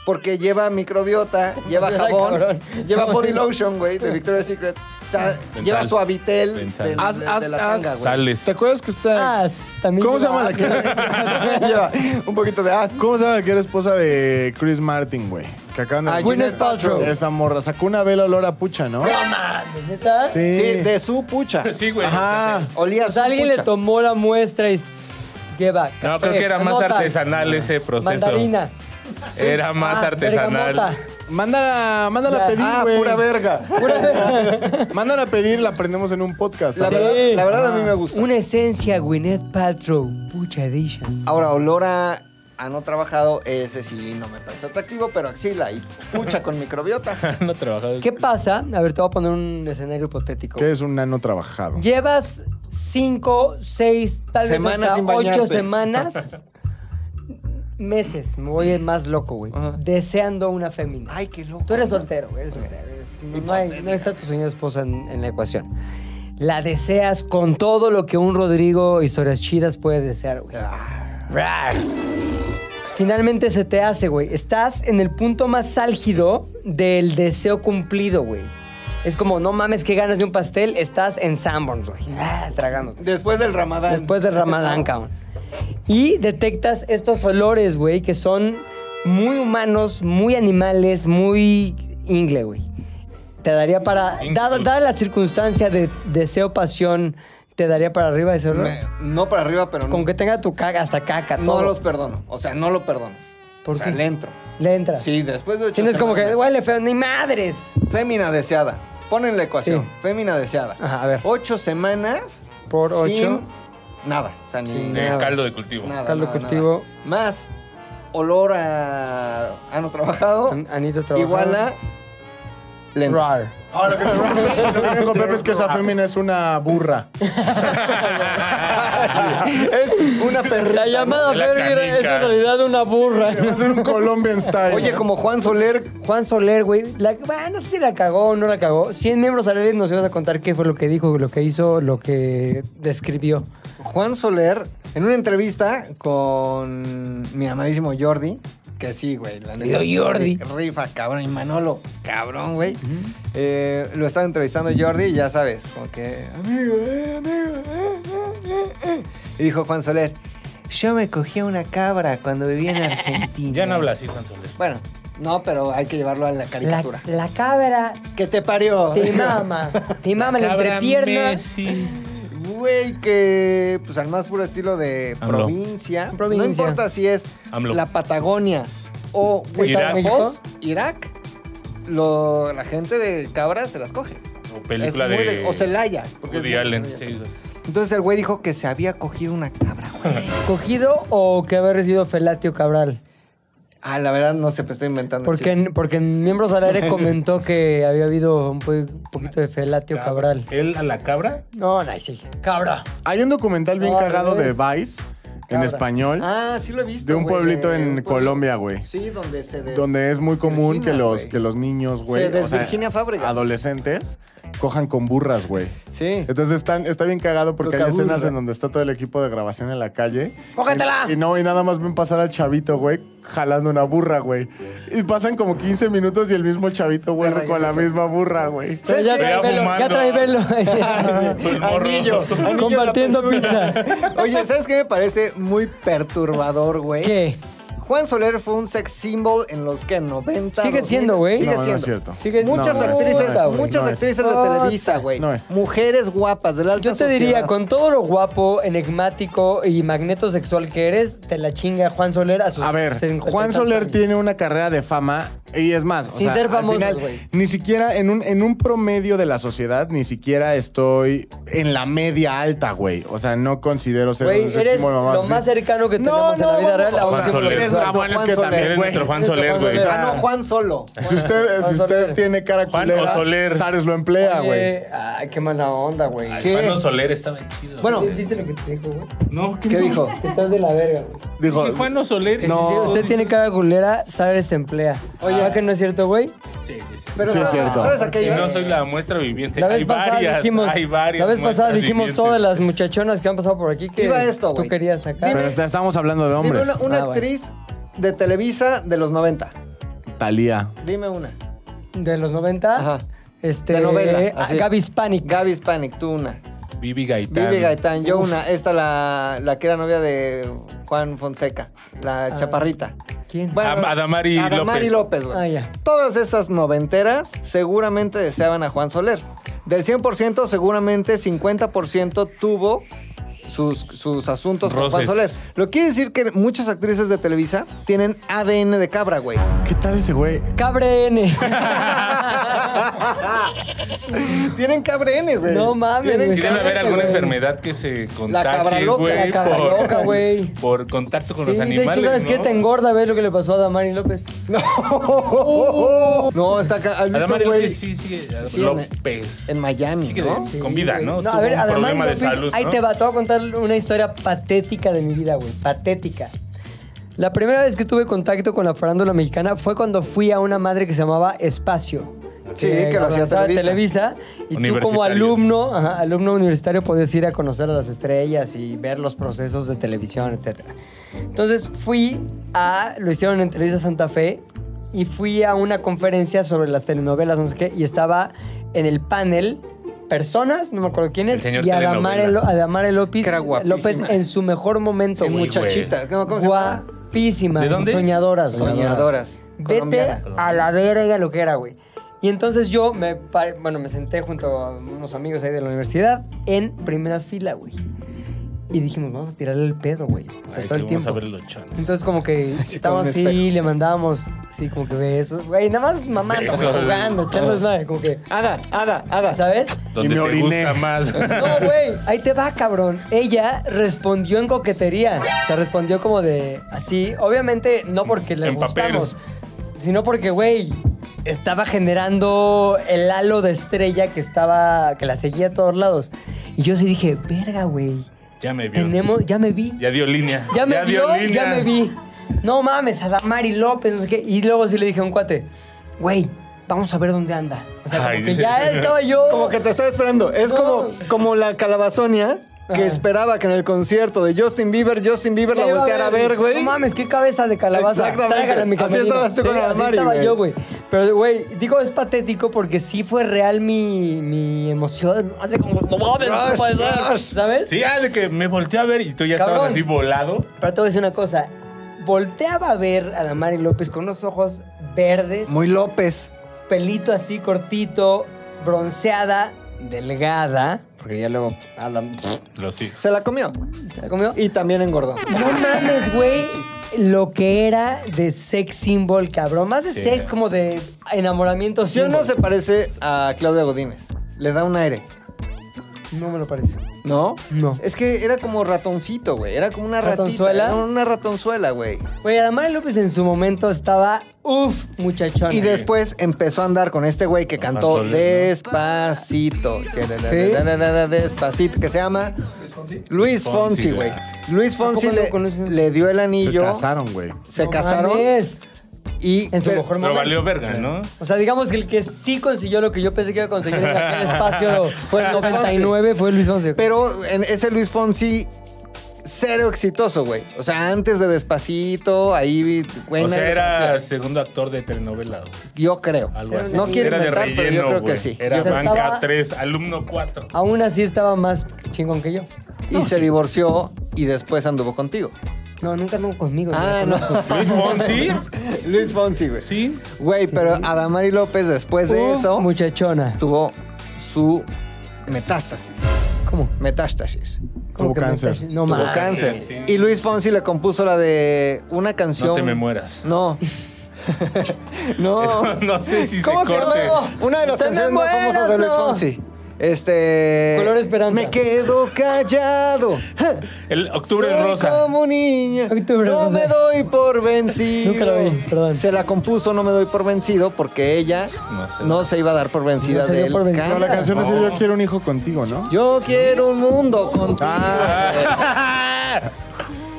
C: Porque lleva microbiota, lleva
B: Ay,
C: jabón,
B: cabrón.
C: lleva body
B: No.
C: lotion, güey, de Victoria's Secret. O sea,
D: Pensal.
C: lleva suavitel de,
D: Pensal.
C: de-
F: Haz,
C: de
F: haz,
C: la
F: haz.
C: tanga, güey.
D: Sales.
F: ¿Te acuerdas que está...
B: Ah, también
F: ¿Cómo se
B: lleva-
F: llama la que...
C: lleva un poquito de as.
F: ¿Cómo se llama la que era esposa de Chris Martin, güey? Que acaban de...
C: Ah,
B: Gwyneth Paltrow.
F: Esa morra. Sacó una vela olor a pucha,
B: No
F: ¿no?
B: mames, neta.
F: Sí.
C: Sí, de su pucha.
D: Sí, güey.
F: Ajá.
C: Olía a
B: O
C: su
B: sea, Pues alguien
C: pucha.
B: le tomó la muestra y s- lleva.
D: o sea, No,
B: café,
D: creo que era más
B: mota,
D: artesanal ese proceso.
B: Mandarina.
D: Era más
B: Ah,
D: artesanal.
B: bergamota.
F: Mándala, mándala a
B: Ya.
F: pedir,
C: Ah,
F: güey.
C: pura verga.
F: Mándala a pedir, la aprendemos en un podcast.
C: La
F: A ver.
C: verdad, la verdad
B: Ah.
C: a mí me gusta.
B: Una esencia Gwyneth Paltrow. Pucha edition.
C: Ahora, olor a, a no trabajado, ese sí no me parece atractivo, pero axila y pucha con microbiotas.
D: No trabajaba.
B: ¿Qué pasa? A ver, te voy a poner un escenario hipotético.
F: Que es un nano trabajado.
B: Llevas cinco, seis, tal vez
C: Semanas
B: hasta
C: sin
B: ocho
C: bañarte.
B: semanas, meses, me voy más loco, güey,
C: Ajá.
B: deseando una fémina.
C: Ay, qué loco.
B: Tú eres soltero, güey, eres soltero. eres- no, hay- no está tu señora esposa en, en la ecuación. La deseas con todo lo que un Rodrigo historias chidas puede desear, güey. Rar. Finalmente se te hace, güey. Estás en el punto más álgido del deseo cumplido, güey. Es como, no mames, que ganas de un pastel. Estás en Sanborns, güey. Ah, tragándote.
C: Después del ramadán.
B: Después del Ramadán, cabrón. Y detectas estos olores, güey, que son muy humanos, muy animales, muy ingle, güey. Te daría para.
D: Ingle.
B: Dada, dada la circunstancia de deseo, pasión, te daría para arriba ese olor.
C: Me- no para arriba, pero
B: Con
C: no,
B: que tenga tu caga hasta caca, todo.
C: no los perdono. O sea, no lo perdono.
B: ¿Por
C: o sea,
B: qué?
C: le entro.
B: Le entras.
C: Sí, después de ocho
B: Tienes como que
C: semanas.
B: huele feo, ni madres.
C: Fémina deseada. Ponen la ecuación.
B: Sí.
C: Fémina deseada.
B: Ajá, a ver.
C: Ocho semanas.
B: Por ocho.
C: Sin nada. O sea, ni
B: Sin
C: nada.
D: Eh, caldo de cultivo.
C: nada,
B: Caldo
C: nada,
B: cultivo.
C: nada. Más olor a ano trabajado.
B: An- anito trabajado.
C: Igual a. le entro.
B: Rar.
F: Ahora que lo que me con Pepe es que esa fémina es una burra.
C: es una perrita.
B: La
C: ¿no?
B: llamada
D: La
B: Fergie era- es
D: canica.
B: en realidad una burra.
F: Va a ser un Colombian style.
C: Oye, como Juan Soler.
B: Juan Soler, güey, la- bueno, no sé si la cagó o no la cagó. 100 miembros salariales nos ibas a contar qué fue lo que dijo, lo que hizo, lo que describió.
C: Juan Soler, en una entrevista con mi amadísimo Jordi, que sí, güey, la neta.
B: Querido Jordi.
C: Rifa, cabrón, y Manolo, cabrón, güey. Eh, lo estaba entrevistando Jordi y ya sabes, como que, amigo, eh, amigo, eh, eh, eh". Y dijo Juan Soler, yo me cogí a una cabra cuando vivía en Argentina.
D: Ya no habla así, Juan Soler.
C: Bueno, no, pero hay que llevarlo a la
B: La,
C: caricatura.
B: la cabra
C: ¿Qué te parió?
B: te mama, te mama la
D: Cabra
B: entrepierna.
D: Messi.
C: güey que, pues al más puro estilo de
D: AMLO.
C: provincia,
B: Provincia.
C: no importa si es
D: AMLO.
C: la Patagonia o güey,
D: Irak.
C: Fox, Irak, lo- la gente de Cabra se las coge.
D: O película
C: Es muy
D: de,
C: O Celaya. porque es
D: Woody
C: muy
D: Allen.
C: de Celaya.
D: sí, güey.
C: Entonces el güey dijo que se había cogido una cabra, güey.
B: ¿Cogido o que haber sido Felatio Cabral?
C: Ah, la verdad no se me estoy inventando.
B: Porque
C: chico.
B: en, porque en Miembros al Aire comentó que había habido un po- poquito de Felatio Cabral.
D: ¿Él a la cabra?
B: No, no, sí. Cabra.
F: Hay un documental bien
B: No, al
F: cagado de
B: revés.
F: Vice en
B: Cabra.
F: español
C: Ah, sí lo he visto.
F: de un
C: güey,
F: pueblito
C: de-
F: en
C: pues,
F: Colombia, güey.
C: Sí, donde se des-
F: Donde es muy común
C: Virginia,
F: que los,
C: güey.
F: que los niños, güey.
C: Se desvirginia Fábregas.
F: Adolescentes cojan con burras, güey.
C: Sí.
F: Entonces están, está bien cagado porque hay
C: Tocaburra.
F: escenas en donde está todo el equipo de grabación en la calle.
B: ¡Cógetela!
F: Y, y no, y nada más ven pasar al chavito, güey, jalando una burra, güey. Y pasan como 15 minutos y el mismo chavito vuelve con la misma burra, güey.
B: Pero ya
C: qué?
B: trae
D: Ya
B: velo, ya
D: fumando.
B: trae velo.
D: El morro.
C: Anillo, anillo en la
B: Compartiendo
C: postura.
B: pizza.
C: Oye, ¿sabes qué me parece muy perturbador, güey?
B: ¿Qué?
C: Juan Soler fue un sex symbol en los que 90.
B: Sigue
C: 2000.
B: siendo, güey.
C: Sigue
F: no,
C: siendo.
F: no es cierto.
B: Sigue-
C: Muchas
F: No, no es,
C: actrices,
F: no es, güey,
C: muchas
F: no es.
C: actrices de
B: No,
C: Televisa, güey.
F: no es.
C: Mujeres guapas de la alta
B: Yo te diría,
C: sociedad.
B: con todo lo guapo, enigmático y magnetosexual que eres, te la chinga Juan Soler a sus
F: A ver,
B: 70
F: Juan
B: tantos
F: Soler
B: años.
F: tiene una carrera de fama y es más, o
B: Sin
F: sea,
B: ser
F: al
B: famosos,
F: final,
B: güey.
F: ni siquiera en un, en un promedio de la sociedad, ni siquiera estoy en la media alta, güey. O sea, no considero ser
B: Güey,
F: un
B: eres
F: sexismo de mamá,
B: lo
F: sí.
B: más cercano que
F: No,
B: tenemos en
F: no,
B: la vida
F: vamos,
B: real. a
F: o
B: un
D: Juan
F: sea,
D: Soler.
F: eres- Ah, bueno, es
C: Juan
F: que
C: Soler.
F: también,
D: Eres
F: güey.
D: nuestro Juan Soler, güey. O
C: Ah,
D: sea,
C: no, Juan Solo.
F: Si usted, si
B: Juan
F: usted
B: Soler.
F: tiene cara
D: Juan
F: culera,
D: o Soler.
F: Sares lo emplea, güey.
B: Oye, Ay, qué mala onda, güey.
D: Ay,
C: ¿Qué?
D: Pablo Soler estaba chido.
C: Bueno,
B: ¿Viste lo que te dijo, güey?
D: no,
C: ¿qué dijo?
B: Que estás de la verga, güey.
F: Dijo,
D: Juan Soler.
B: No. Usted tiene cara culera, sabes emplea. Oye, ¿verdad que no es cierto, güey?
D: Sí, sí, sí.
C: Pero
F: Sí, es
C: ¿sabes-
F: cierto.
C: ¿sabes a qué
D: Y
C: iba?
D: no soy la muestra viviente.
B: La vez
D: hay,
B: pasada
D: varias,
B: dijimos,
D: hay
B: La
D: varias.
B: vez pasada
D: muestras
B: dijimos
D: vivientes.
B: todas las muchachonas que han pasado por aquí que
C: Iba esto,
B: tú
C: güey.
B: querías sacar.
F: pero está- estamos hablando de
C: Dime
F: hombres.
C: una, una
B: Ah, bueno.
C: actriz de Televisa de los 90.
F: Talía.
C: Dime una.
B: De los 90.
C: Ajá.
B: Este,
C: De novela,
B: eh,
C: así.
B: Gaby Hispanic.
C: Gaby Hispanic, tú una.
D: Vivi Gaitán.
C: Vivi Gaitán, yo una. Esta la, la que era novia de Juan Fonseca, la
B: Ah.
C: chaparrita.
B: ¿Quién?
D: Am- Adamari
C: Adamari
D: López.
C: López, güey.
B: Ah, ya.
C: Todas esas noventeras seguramente deseaban a Juan Soler. Del 100%, seguramente 50% tuvo sus, sus asuntos con Juan
D: Roces.
C: Soler. Lo que quiere decir que muchas actrices de Televisa tienen ADN de cabra, güey.
F: ¿Qué tal ese güey?
B: Cabre N.
C: tienen cabre N, güey.
B: No mames,
C: Tienen
B: güey.
D: Sí debe haber
C: cabre,
D: alguna
C: güey.
D: enfermedad que se contagie,
C: cabraloca,
D: güey,
B: la cabraloca, güey.
D: por, por contacto con
B: Sí,
D: los
B: de hecho,
D: animales,
B: ¿sabes
D: ¿no?
B: qué? Te engorda, ¿ves lo que le pasó a Damari López?
C: No, está acá. ¿Has visto,
D: Adamari
C: güey?
D: López sí sigue.
C: Sí, en-
D: López.
C: En Miami,
D: Sigue
C: ¿no?
D: de- con vida,
B: güey.
D: ¿no?
B: No, a
D: Tuvo
B: ver,
D: un
B: además,
D: problema de
B: López,
D: salud,
B: ahí
D: ¿no?
B: te va, te voy a contar una historia patética de mi vida, güey. Patética. La primera vez que tuve contacto con la farándula mexicana fue cuando fui a una madre que se llamaba Espacio.
C: Sí, que lo hacía
B: organizaba
C: Televisa.
B: Y tú como
D: Universitarios.
B: alumno, ajá, alumno universitario, podías ir a conocer a las estrellas y ver los procesos de televisión, etcétera. Entonces fui a, lo hicieron en Televisa Santa Fe y fui a una conferencia sobre las telenovelas, no sé qué, y estaba en el panel personas, no me acuerdo quiénes,
D: El señor
B: y Adamare,
D: telenovela.
B: Lo- Adamare López,
C: Que era guapísima.
B: López en su mejor momento.
C: Sí,
B: güey.
C: muchachita. ¿Cómo, cómo se llama?
B: Guapísima.
D: ¿De dónde es?
B: Soñadoras. güey.
C: Soñadoras.
B: Vete
C: Colombiana.
B: a la verga lo que era, güey. Y entonces yo me, paré- bueno, me senté junto a unos amigos ahí de la universidad en primera fila, güey. Y dijimos, vamos a tirarle el pedo, güey. O sea, todo el
D: Ay, que vamos
B: tiempo.
D: a ver los chones.
B: Entonces como que estábamos
C: un
B: así,
C: espejo.
B: le mandábamos así como que besos, güey, nada más mamando,
D: Besos.
B: jugando, echando nada, como que,
C: Ada, Ada, Ada.
B: ¿sabes?
D: Donde
F: me
D: te
F: oriné.
D: gusta más.
B: No, güey, ahí te va, cabrón. Ella respondió en coquetería. O sea, respondió como de así. Obviamente, no porque le
D: En papel.
B: gustamos, sino porque, güey, estaba generando el halo de estrella que estaba, que la seguía a todos lados. Y yo sí dije, verga, güey,
D: ya me vio.
B: tenemos, ya me vi.
D: Ya dio línea.
B: Ya me
D: dio
B: vio, ya
D: línea.
B: me vi. No mames, Adamari López, no sé qué. Y luego sí le dije a un cuate, güey, vamos a ver dónde anda. O sea, como
D: Ay.
B: que ya estaba yo.
C: Como que te estaba esperando. Es
B: No.
C: como, como la calabazonia que
B: Ajá.
C: esperaba que en el concierto de Justin Bieber, Justin Bieber la
B: Te iba
C: volteara a ver, güey.
B: No mames, qué cabeza de calabaza.
C: Exactamente.
B: Tráigala a mi
C: Así
B: camerino.
C: estabas tú con
B: así
C: Adamari,
B: estaba
C: güey.
B: yo, güey. Pero, güey, digo, es patético porque sí fue real mi, mi emoción. Hace como, no mames, no
C: Rush,
B: puede ser",
C: rush.
B: ¿Sabes?
D: Sí, ah, de que me volteó a ver y tú ya
B: Cabrón.
D: estabas así volado.
B: Pero te voy a decir una cosa. Volteaba a ver a Damari López con unos ojos verdes,
C: Muy López.
B: pelito así cortito, bronceada, delgada, porque ya luego Adam
D: Lo sí.
C: Se la comió.
B: se la comió.
C: Y también engordó.
B: No mames, güey, lo que era de sex symbol, cabrón. Más de
D: Sí.
B: sex, como de enamoramiento.
C: Yo no
B: symbol.
C: se parece a Claudia Godínez. Le da un aire.
B: No me lo parece.
C: ¿No?
B: No.
C: Es que era como ratoncito, güey. Era como una
B: ¿Ratonzuela?
C: ¿Ratonzuela? ratita. Era una ratonzuela, güey.
B: Güey, Adamari López en su momento estaba, uff, muchachona.
C: Y después empezó a andar con este güey que cantó
D: Solís, ¿no?
C: Despacito. Despacito, que se llama Luis Fonsi,
D: Fonsi,
C: güey.
D: güey.
C: Luis Fonsi
B: ¿A poco no
C: le,
B: conoces?
C: le dio el
F: Se
C: anillo.
F: casaron, güey.
C: Se
B: No
C: casaron.
B: mames.
C: Y
B: En su
C: pero-
B: mejor
D: Pero
B: momento.
D: valió verga, ¿no?
B: O sea, digamos que el que sí consiguió lo que yo pensé que iba a conseguir en aquel espacio fue el
C: Luis Fonsi.
B: 99, fue Luis Fonsi.
C: Pero en ese Luis Fonsi, cero exitoso, güey. O sea, antes de Despacito, ahí, güey.
D: O sea,
C: nadie lo
D: era
C: conocía.
D: segundo actor de telenovela. güey.
C: Yo creo.
D: Algo así.
C: No quiero
D: Era de
C: inventar, pero yo
D: relleno,
C: creo
D: güey. Eh,
C: que sí.
D: Era
B: O sea,
D: banca
B: estaba-
D: 3, alumno 4.
B: Aún así estaba más chingón que yo.
C: Y se divorció y después anduvo contigo.
B: No, nunca anduvo conmigo. yo
C: Ah,
B: no.
C: no.
B: conozco.
D: Luis Fonsi,
C: Luis Fonsi, güey.
D: sí.
C: Güey, pero Adamari López después de
B: Uf,
C: eso
B: Muchachona.
C: tuvo su metástasis.
B: ¿Cómo?
C: Metástasis.
B: ¿Cómo
F: Tuvo
B: me
F: cáncer.
B: estás- No
C: Tuvo
B: mames.
C: cáncer.
D: sí.
C: Y Luis Fonsi le compuso la de una canción.
D: No te me mueras.
C: No. no.
D: No sé si se
C: ¿Cómo se
D: corte.
C: llama? Una de las
B: Te me
C: canciones más
B: mueras,
C: famosas de Luis
B: no.
C: Fonsi. Este.
B: Color Esperanza.
C: Me quedo callado.
D: El octubre
C: Soy
D: rosa.
C: como niña.
B: Octubre
C: no
B: rosa.
C: me doy por vencido.
B: Nunca lo vi, perdón.
C: Se la compuso No me doy por vencido porque ella no
D: No
C: se,
D: se-
C: iba a dar por vencida
B: No se dio
C: del
B: por vencida.
F: No,
C: cáncer.
F: la canción es
D: No.
F: Yo quiero un hijo contigo, ¿no?
C: Yo quiero un mundo contigo.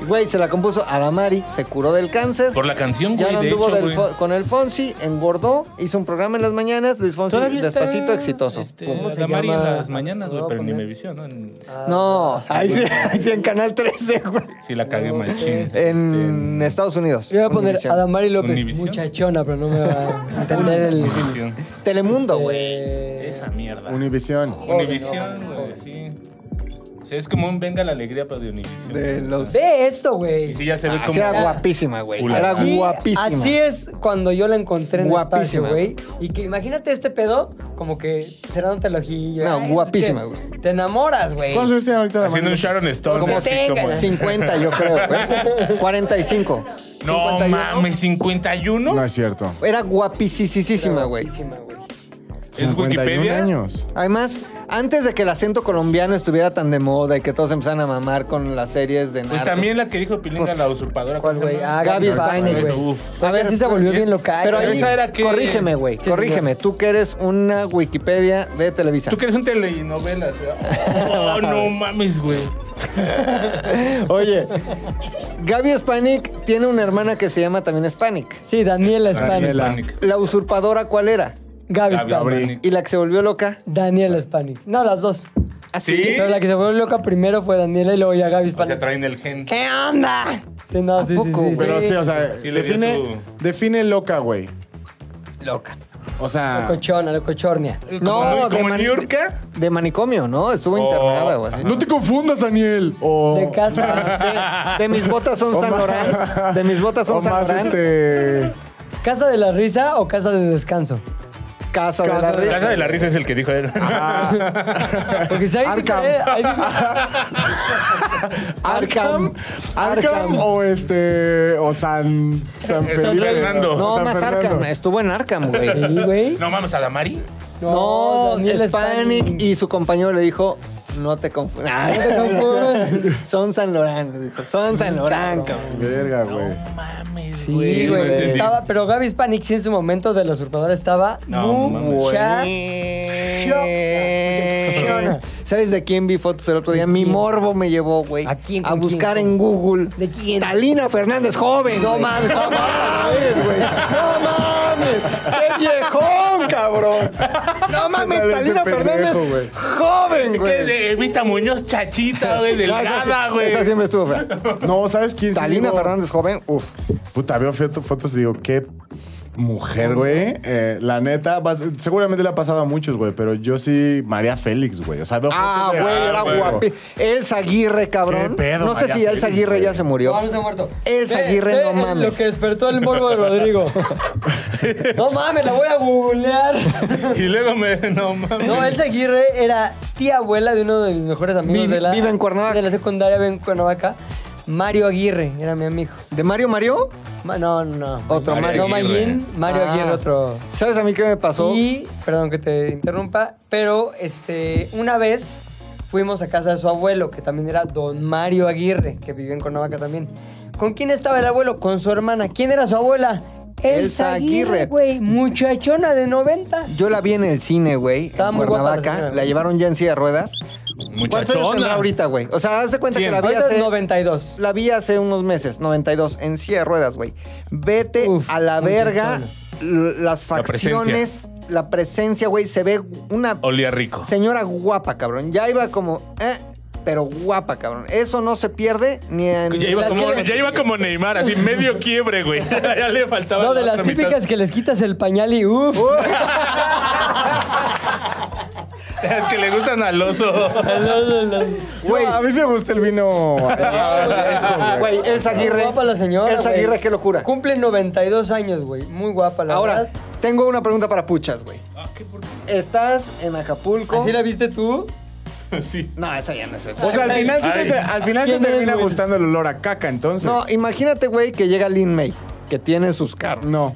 C: Güey, se la compuso Adamari, se curó del cáncer.
D: Por la canción,
C: ya
D: güey,
C: no
D: de
C: anduvo
D: hecho,
C: del
D: güey.
C: Fo- con el Fonsi, engordó, hizo un programa en las mañanas, Luis Fonsi
D: está,
C: despacito exitoso.
D: Este,
B: ¿Cómo se
D: la Mari en
B: llama?
D: las mañanas,
B: Lo
D: güey,
B: voy a
D: pero ni
B: poner.
D: me visió, ¿no? En-
C: Ah, No, ahí sí, ahí sí en Canal 13, güey.
D: Sí la cagué machín. este,
C: En Estados Unidos.
B: Yo voy a poner
C: Univision.
B: Adamari López,
D: Univision.
B: muchachona, pero no me va a entender el.
D: Univision.
C: Telemundo, güey.
B: Eh,
D: Esa mierda.
F: Univisión.
D: Univisión, güey, sí. O sea, es como un venga la alegría, pero de Univisión.
C: De los-
B: Ve esto, güey.
D: Y sí, ya se ve
C: Ah, sí,
D: como.
C: era guapísima, güey.
D: Ula.
C: Era
B: Y
C: guapísima.
B: Así es cuando yo la encontré en
C: Guapísima.
B: el espacio, güey. Y que imagínate este pedo, como que cerrándote el ojillo.
C: No,
B: Ay, es
C: guapísima,
B: que
C: güey.
B: Te enamoras, güey.
F: ¿Cuántos años tiene ahorita
D: Haciendo un
F: Adamari?
D: Sharon Stone.
C: Como
D: así
E: tengas.
D: como-
C: 50, yo creo, güey. 45.
D: No
C: 51.
D: mames, 51.
F: No es cierto.
C: Era guapísima, güey.
B: Guapísima, güey.
D: ¿Es
F: 51
D: Wikipedia?
F: años.
C: Además, antes de que el acento colombiano estuviera tan de moda y que todos empezaran a mamar con las series de
D: Pues
C: narcos.
D: también la que dijo Pilinga, la usurpadora.
B: ¿Cuál, güey? Ah,
C: Gaby
B: Gaby
C: Stein,
B: Stein,
D: eso,
B: güey.
D: uf.
B: A ver, sí se volvió bien local.
C: Pero ahí,
D: esa era que-
C: corrígeme, güey,
B: Sí,
C: corrígeme. Tú que eres una Wikipedia de Televisa.
D: Tú que eres un telenovela, o sea, Oh, no mames, güey.
C: Oye, Gaby Spanik tiene una hermana que se llama también Spanik.
B: Sí, Daniela Spanik.
F: Daniela.
D: Panic.
C: ¿La usurpadora cuál era?
B: Gaby
D: Gaby
B: Spanik.
D: Spanik.
C: ¿Y la que se volvió loca?
B: Daniela Spanik. No, las dos.
D: ¿Ah, ¿Sí?
B: Pero la que se volvió loca primero fue Daniela y luego ya Gaby
D: O sea,
B: Spanik.
D: traen el gen.
B: ¿Qué onda? Sí, no, sí, sí,
C: poco,
B: sí, sí.
F: Pero sí, o sea,
D: Sí le dio
F: define, define loca, güey.
C: Loca.
F: O sea,
B: Locochona, locochornia.
C: No,
D: como,
C: de,
D: como
C: mani-
D: New York.
C: de manicomio, ¿no? Estuvo internada o así.
F: no te confundas, Daniel. O,
B: De casa.
C: Sí, de mis botas son San Lorán. De mis botas son
F: o
C: San
F: más
C: Lorán.
F: este.
B: ¿Casa de la risa o casa de descanso?
C: Casa de la
B: Casa de
C: Risa.
D: Casa de la Risa es el que dijo él.
B: Porque si hay
F: Arkham.
B: difer- hay difer-
C: Arkham.
F: Arkham.
C: Arkham.
F: Arkham o este. O San. San Felipe.
D: Fernando.
C: No,
F: San
C: más
F: Fernando.
C: Arkham. Estuvo en Arkham, güey.
B: Sí, güey.
D: No mames, Adamari.
C: No,
B: Daniela
C: Hispanic.
B: Spanik.
C: Y su compañero le dijo, no te confundas.
B: confundas.
C: son San Lorán. le dijo, son San Lorán, cabrón.
F: Verga, güey.
D: Mames,
B: Sí,
D: no
B: güey.
D: entendí.
B: estaba, pero Gaby Spanik sí en su momento de la usurpadora estaba
D: No,
B: mucha.
C: Buenísimo. ¿Sabes de quién vi fotos el otro día? Mi
B: quién?
C: morbo me llevó, güey.
B: ¿A quién,
C: A
B: con
C: buscar
B: quién?
C: en Google.
B: ¿De quién?
C: Talina Fernández, joven.
B: No
C: güey.
B: mames.
C: No mames, güey. No mames. Qué viejón, cabrón. No mames,
F: Talento
C: Talina
F: pendejo,
C: Fernández,
F: güey.
C: joven,
D: ¿Qué es
C: güey.
D: de Evita Muñoz, chachita, güey, delgada, güey.
C: Esa siempre estuvo fea.
F: No, ¿sabes quién? sí
C: Talina
F: digo?
C: Fernández, joven, uf.
F: Puta, veo foto- fotos y digo, qué mujer, güey, eh, la neta, vas- seguramente le ha pasado a muchos, güey, pero yo sí, María Félix, güey. O sea, veo
C: Ah,
F: fotos de-
C: güey, era
D: güey.
C: guapi. Elsa Aguirre, cabrón.
F: ¿Qué pedo,
C: no
F: María
C: sé si
F: Félix,
C: Elsa Aguirre ya
F: güey?
C: se murió.
B: No, no está muerto.
C: El
B: Ve-
C: Aguirre,
B: ve
C: no
B: el-
C: mames.
B: Lo que despertó el morbo de Rodrigo. no mames, la voy a googlear.
D: Y luego me. No mames.
B: No, Elsa Aguirre era tía abuela de uno de mis mejores amigos
C: Vive-
B: de la.
C: vive en Cuernavaca.
B: De la secundaria, vive en Cuernavaca. Mario Aguirre era mi amigo.
C: ¿De Mario Mario?
B: Ma- no, no.
C: Otro
B: No,
D: Mario Aguirre.
B: Mayín, Mario
C: Ah.
B: Aguirre, otro.
C: ¿Sabes a mí qué me pasó?
B: Y, perdón que te interrumpa, pero este, una vez fuimos a casa de su abuelo, que también era don Mario Aguirre, que vivió en Cuernavaca también. ¿Con quién estaba el abuelo? Con su hermana. ¿Quién era su abuela?
C: Elsa Aguirre.
B: güey. Muchachona de 90.
C: Yo la vi en el cine, güey,
B: Estaba
C: en
B: muy guapa la
C: Cuernavaca.
B: señora.
C: La llevaron ya en silla de ruedas. ¿Cuántos años tendrá
D: Muchachona.
C: ahorita, güey? O sea, haz de cuenta
D: Cien.
C: que la vi
B: Ahorita es
C: hace...
B: 92.
C: La vi hace unos meses, 92, en silla de ruedas, güey. Vete
B: Uf,
C: a la
B: muy
C: verga
B: bien,
C: l- las facciones, la presencia, güey. Se ve una
D: Olía rico.
C: señora guapa, cabrón. Ya iba como, eh, pero guapa, cabrón. Eso no se pierde ni en...
D: Ya iba,
B: Las
D: como,
B: que-
D: ya iba como Neymar, así medio quiebre, güey. ya le faltaba.
B: No, de
D: la
B: las
D: otra mitad.
B: típicas que les quitas el pañal y uff.
D: Las que le gustan al oso.
C: Güey, Ah,
F: Yo- a mí sí me gusta el vino. eh,
C: güey, Elsa Aguirre.
B: guapa la señora.
C: Elsa
B: güey.
C: Aguirre, qué locura.
B: Cumple 92 años, güey. Muy guapa, la
C: Ahora,
B: verdad.
C: tengo una pregunta para Puchas, güey. Estás en Acapulco.
B: ¿Así la Pues, viste tú?
D: sí.
C: No, esa ya no es esa.
F: o sea, al final se,
D: Ay.
F: te, al final se
B: ¿Quién es,
F: termina
B: güey?
F: gustando el olor a caca, entonces.
B: pues.
C: No, imagínate, güey, que llega Lin May, que tiene sus carros.
F: no.